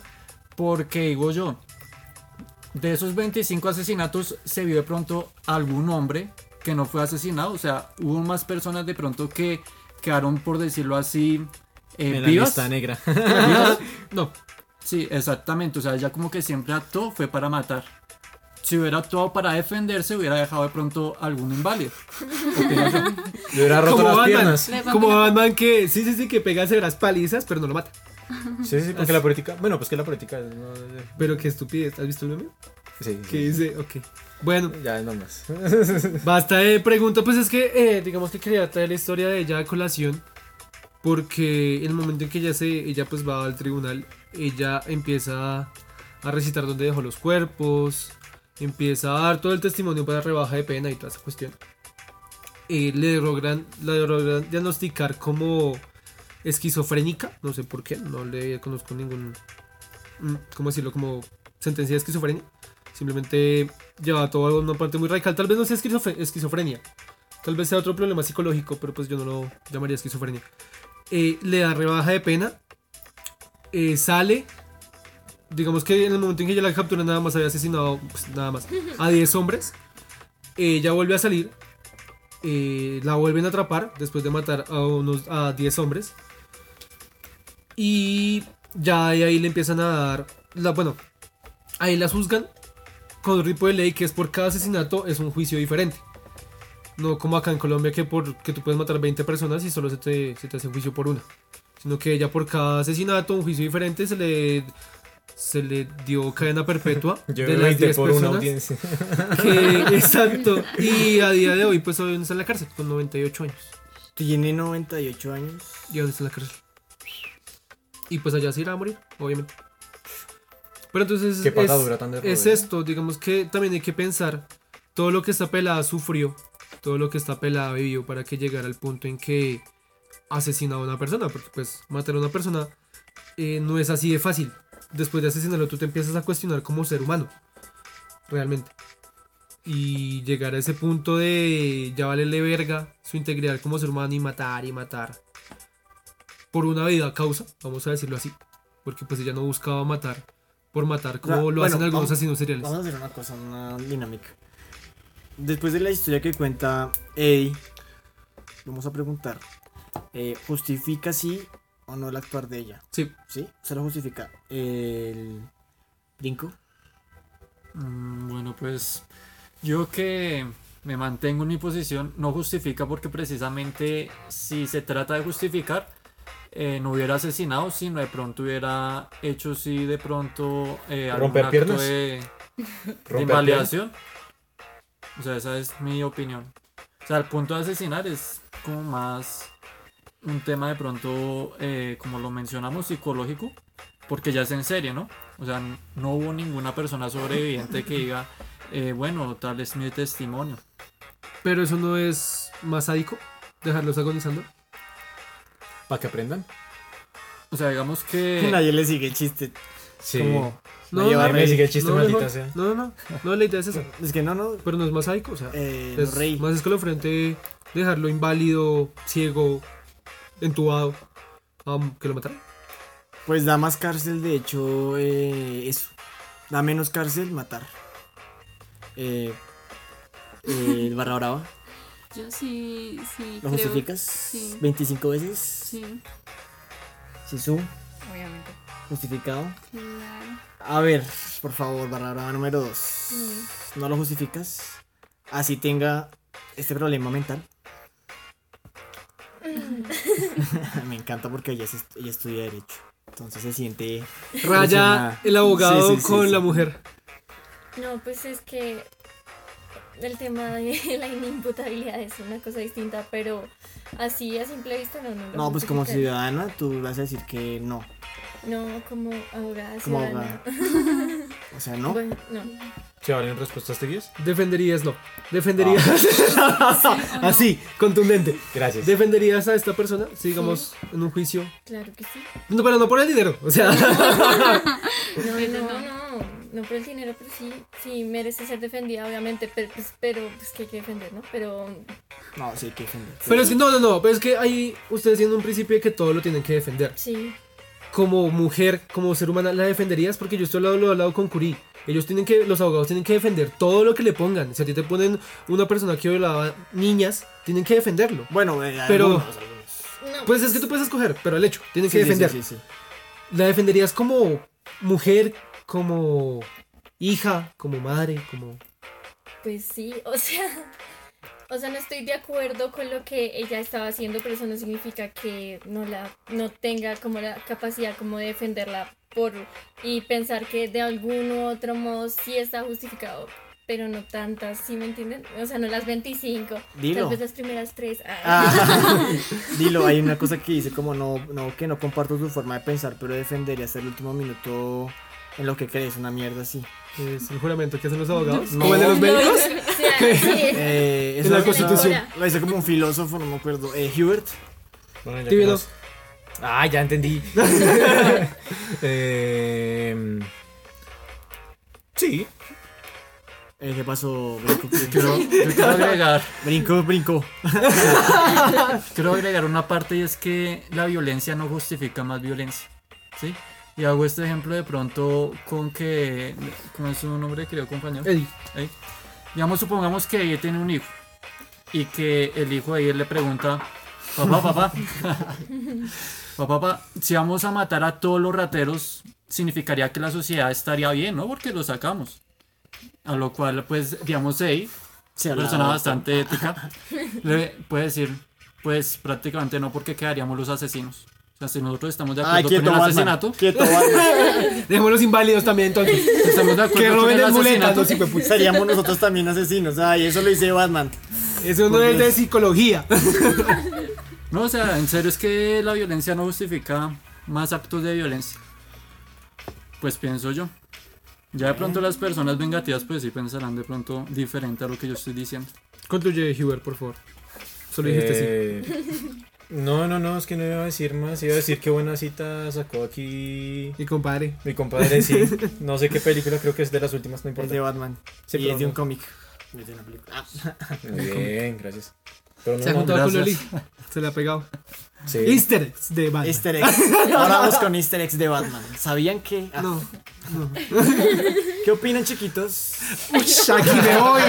porque digo yo, de esos 25 asesinatos se vio de pronto algún hombre que no fue asesinado, o sea, hubo más personas de pronto que quedaron, por decirlo así, eh, En la vivas. lista negra. vivas. No. Sí, exactamente, o sea, ella como que siempre actuó fue para matar. si hubiera actuado para defenderse, hubiera dejado de pronto algún inválido. Le hubiera roto Como las Batman. piernas. Le Como pongo- Batman que sí, sí, sí, que pega severas palizas, pero no lo mata. Sí, sí, porque la política. Bueno, pues que la política. no- Pero qué estupidez. ¿Has visto el meme? sí, Que sí. dice, ok. Bueno, Ya, no más. basta de preguntas. Pues es que, eh, digamos que quería traer la historia de ella a colación. Porque el momento en que ella, se, ella pues va al tribunal, ella empieza a recitar dónde dejó los cuerpos. Empieza a dar todo el testimonio para rebaja de pena y toda esa cuestión. Eh, le logran, la logran diagnosticar como esquizofrénica. No sé por qué, no le conozco ningún. mm, ¿Cómo decirlo? Como sentencia de esquizofrenia. Simplemente lleva todo a una parte muy radical. Tal vez no sea esquizofre- esquizofrenia. Tal vez sea otro problema psicológico, pero pues yo no lo llamaría esquizofrenia. Eh, le da rebaja de pena. eh, sale. Digamos que en el momento en que ya la capturan nada más había asesinado pues, nada más a 10 hombres. Ella vuelve a salir. eh, la vuelven a atrapar después de matar a unos a 10 hombres. Y ya de ahí le empiezan a dar. La, bueno, ahí la juzgan con un tipo de ley que es por cada asesinato es un juicio diferente. No como acá en Colombia que, por, que tú puedes matar 20 personas y solo se te, se te hace juicio por una. Sino que ella por cada asesinato, un juicio diferente, se le, se le dio cadena perpetua. Yo de me las 10 por una personas audiencia. que- exacto. Y a día de hoy, pues hoy está en la cárcel, con 98 años. Tiene 98 años. Y ahora está en la cárcel. Y pues allá se irá a morir, obviamente. Pero entonces Qué es- patadura tan de es rodilla. esto, digamos que también hay que pensar todo lo que esta pelada sufrió, todo lo que esta pelada vivió para que llegara al punto en que asesinaba a una persona, porque pues matar a una persona eh, no es así de fácil. Después de asesinarlo tú te empiezas a cuestionar como ser humano, realmente. Y llegar a ese punto de ya valerle verga su integridad como ser humano y matar y matar por una vida causa, vamos a decirlo así, porque pues ella no buscaba matar por matar como O sea, lo bueno, hacen algunos vamos- asesinos seriales. Vamos a hacer una cosa, una dinámica. Después de la historia que cuenta Eddie, vamos a preguntar: eh, ¿justifica sí o no el actuar de ella? Sí. ¿Sí? ¿Se lo justifica el brinco? Mm, Bueno, pues yo que me mantengo en mi posición no justifica porque precisamente si se trata de justificar, eh, no hubiera asesinado, sino de pronto hubiera hecho sí de pronto eh, algún ¿Romper acto piernas? de, de Rompe invalidación. O sea, esa es mi opinión. O sea, el punto de asesinar es como más un tema de pronto, eh, como lo mencionamos, psicológico, porque ya es en serio, ¿no? O sea, n- no hubo ninguna persona sobreviviente que diga, eh, bueno, tal es mi testimonio. Pero eso no es más sádico, dejarlos agonizando. Para que aprendan. O sea, digamos Que que... Nadie le sigue el chiste. Sí. Como, No, Nadie va a no, Me sigue el chiste, no, maldita mejor- sea. no, no, no, no, la idea es esa. es que no, no. Pero no es más sádico, o sea, Eh, es no reí. más escalofriante dejarlo inválido, ciego, entubado, am, que lo mataron. Pues da más cárcel, de hecho, eh, eso. Da menos cárcel, matar. Eh, eh, el barra brava. Yo sí, sí. ¿Lo creo- justificas? sí. 25 veces. Sí, Sisu, Obviamente. justificado. claro. A ver, por favor, barra brava número 2. Mm. ¿No lo justificas? Así tenga este problema mental. Me encanta porque ella, es est- ella estudia Derecho. Entonces se siente. Raya Impresionada. el abogado Sí, sí, sí, con sí. la mujer. No, pues es que el tema de la inimputabilidad es una cosa distinta, pero así a simple vista no, no. lo No, pues como justifica. ciudadana, tú vas a decir que no. No, como abogada Como ciudadana. O sea, no. Bueno, no. ¿Se valen respuestas tibias? Defenderías, no. Defenderías. Ah. Así, contundente. Gracias. ¿Defenderías a esta persona? Si digamos, en un juicio. Claro que sí. No, pero no por el dinero. O sea, No, no, no, no, no por el dinero, pero sí, sí merece ser defendida, obviamente, pero pues, pero, pues que hay que defender, ¿no? Pero No, sí, hay que defender. pero es que no, no, no. Pero es que ahí ustedes tienen un principio de que todo lo tienen que defender. sí, Como mujer, como ser humana, ¿la defenderías? Porque yo estoy al lado, lo al lado con Curie. Ellos tienen que, los abogados tienen que defender todo lo que le pongan. Si a ti te ponen una persona que violaba niñas, tienen que defenderlo. Bueno, eh, Pero- algunos, algunos. Sí, no. Pues es que tú puedes escoger, pero el hecho, tienen sí, que defender. sí, sí, sí. ¿La defenderías como mujer, como hija, como madre, como... Pues sí, o sea, o sea, no estoy de acuerdo con lo que ella estaba haciendo, pero eso no significa que no la no tenga como la capacidad como de defenderla por y pensar que de algún u otro modo sí está justificado, pero no tantas, ¿sí me entienden? O sea, no las 25, Dilo. tal vez las primeras tres. ay. Ah, dilo, hay una cosa que dice como no, no, que no comparto su forma de pensar, pero defenderé hasta el último minuto en lo que crees, una mierda así. Es pues, el juramento que hacen los abogados. No. Como el de los médicos. O sea, sí, Eh, En la cosa- Constitución. Lo dice como un filósofo, no me acuerdo. Eh, Hubert. Bueno, ya Tíbelo. conozco. Ah, ya entendí. Em, sí. Eh, ¿Qué pasó? Brinco, Quiero, yo quiero agregar, brinco. brinco. quiero agregar una parte y es que la violencia no justifica más violencia. ¿Sí? Y hago este ejemplo de pronto con que. ¿Cómo es su nombre, querido compañero? Ey, ¿eh? Digamos, supongamos que ella tiene un hijo y que el hijo de ella le pregunta, papá, papá, papá, papá, si vamos a matar a todos los rateros, significaría que la sociedad estaría bien, ¿no? Porque los sacamos. A lo cual, pues, digamos, ella, Se una hablaba persona bastante ética, le puede decir, pues, prácticamente no, porque quedaríamos los asesinos. O sea, si nosotros estamos de Ay, acuerdo quieto, con el Batman. asesinato, Quieto, Batman. Dejemos los inválidos también, entonces. si estamos Que de acuerdo con roben el las muletas, los asesinato, pues, hijueputas. Seríamos nosotros también asesinos. Ay, eso lo dice Batman. Eso no es de psicología. No, o sea, en serio es que la violencia no justifica más actos de violencia. Pues pienso yo. Ya de pronto las personas vengativas pues sí pensarán de pronto diferente a lo que yo estoy diciendo. Concluye, Hubert, por favor. Solo dijiste Eh, No, no, no, es que no iba a decir más. Iba a decir qué buena cita sacó aquí sí. Y compadre. mi compadre. Sí, no sé qué película, creo que es de las últimas, no Es de importa. Batman. Sí, y pero es de un no. cómic. Es de una película. Ah. Muy bien, gracias. Pero no, Eh, Se ha no, juntado con Loli. gracias. Se le ha pegado. sí. Easter eggs de Batman. Easter eggs. Ahora vamos con Easter eggs de Batman. ¿Sabían que? ah, No. ¿Qué opinan, chiquitos? Ush, aquí me voy.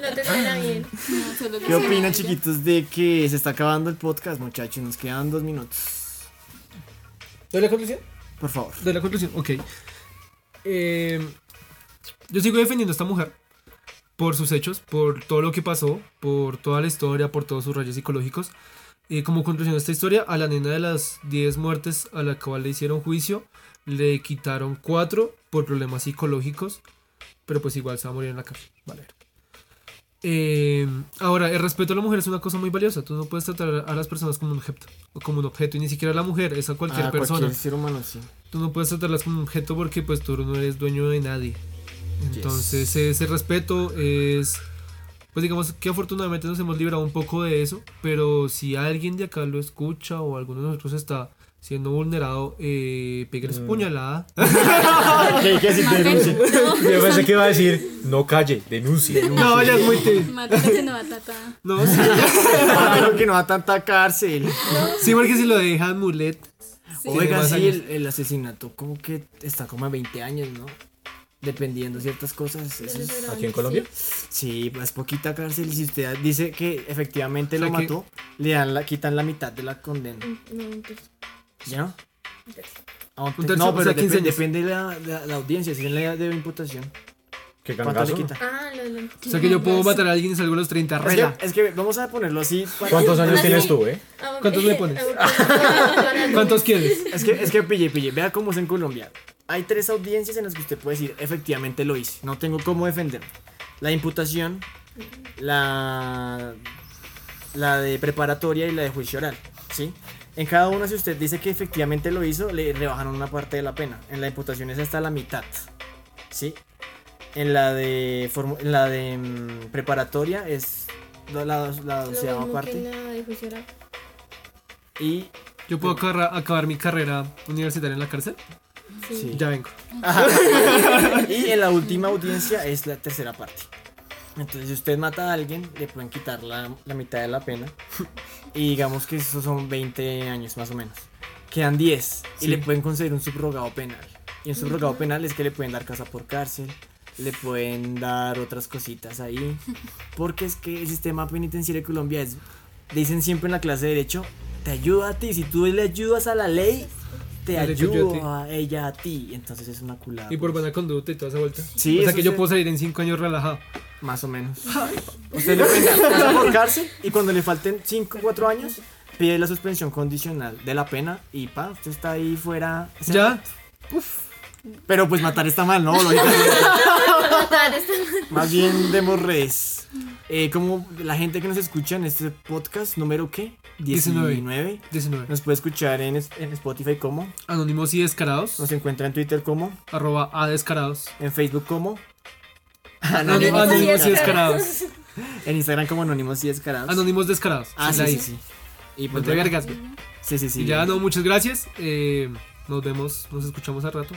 no te suena bien. No, solo ¿Qué opinan, chiquitos, de que se está acabando el podcast, muchachos? Nos quedan dos minutos. ¿Doy la conclusión? Por favor. De la conclusión, ok. Eh, yo sigo defendiendo a esta mujer por sus hechos, por todo lo que pasó, por toda la historia, por todos sus rayos psicológicos. Y como conclusión de esta historia, a la nena de las 10 muertes a la cual le hicieron juicio, le quitaron 4 por problemas psicológicos, pero pues igual se va a morir en la cárcel. Vale. Eh, ahora, el respeto a la mujer es una cosa muy valiosa. Tú no puedes tratar a las personas como un objeto, o como un objeto, y ni siquiera a la mujer, es a cualquier Ah, persona. Cualquier ser humano, sí. Tú no puedes tratarlas como un objeto porque pues tú no eres dueño de nadie. Entonces ese respeto es... Pues digamos que afortunadamente nos hemos librado un poco de eso, pero si alguien de acá lo escucha o alguno de nosotros está siendo vulnerado, eh, pegue Mm. su puñalada. ¿Qué, qué decir? Denuncie. Yo pensé que iba a decir, no calle, denuncie. No, ya es muy te- Mata que no va a tratar. No, sí, Claro que no a tanta cárcel. sí, porque si lo dejan mulet. tiene Oigan, más sí, años. el, el asesinato como que está como a 20 años, ¿no? Dependiendo ciertas cosas. Eso es- ¿Aquí en Colombia? sí, es poquita cárcel. Y si usted dice que efectivamente O sea lo que- mató, le dan la, quitan la mitad de la condena. ¿Ya no? Ah, un Un te- tercio, no, o pero sea, 15 depen- años. depende de la, de la audiencia. Si es la de imputación, Qué ¿cuánto le gangazo. quita? Ah, lo, lo- O sea que yo puedo matar a alguien y salgo a los 30. Es Rela. que, es que vamos a ponerlo así. para- ¿Cuántos años tienes tú, eh? ah, ¿Cuántos le pones? ah, ¿Cuántos quieres? Es que, es que pille, pille, vea cómo es en Colombia. Hay tres audiencias en las que usted puede decir, efectivamente lo hice, no tengo cómo defenderme. La imputación, la, la de preparatoria y la de juicio oral, ¿sí? En cada una, si usted dice que efectivamente lo hizo, le rebajan una parte de la pena. En la imputación es hasta la mitad, ¿sí? En la de, formu- en la de mm, preparatoria es la, la, la lo doceava mismo que parte. la difusión. Y... Yo puedo acabar, acabar mi carrera universitaria en la cárcel. sí. Ya vengo. Y en la última audiencia es la tercera parte. Entonces, si usted mata a alguien, le pueden quitar la, la mitad de la pena. Y digamos que esos son 20 años más o menos. Quedan 10 y Sí. le pueden conceder un subrogado penal. Y un subrogado penal es que le pueden dar casa por cárcel, le pueden dar otras cositas ahí. Porque es que el sistema penitenciario de Colombia es, dicen siempre en la clase de derecho, te ayuda a ti. Si tú le ayudas a la ley, te Yo le copió a ti. ayudo a ella a ti. Entonces es una culada. pues. Y por buena conducta y toda esa vuelta. Sí, o sea eso que yo sí. puedo salir en 5 años relajado. Más o menos. Usted le prende la casa por cárcel y cuando le falten 5 o 4 años, pide la suspensión condicional de la pena y pa, usted está ahí fuera. Ya, Pero pues matar está mal, ¿no? Lógicamente. Más bien demos res. Eh, como la gente que nos escucha en este podcast, ¿número qué? 19. 19. 19. Nos puede escuchar en, es- en Spotify como, Anónimos y descarados. nos encuentra en Twitter como, Arroba a descarados. en Facebook como, Anónimos, y descarados. en Instagram como Anónimos y Descarados. Anónimos descarados. Ah, La sí, sí, pues I. sí. Y Ponte vergas, güey. Sí, sí, sí. Y ya, no, muchas gracias. eh, nos vemos, nos escuchamos al rato.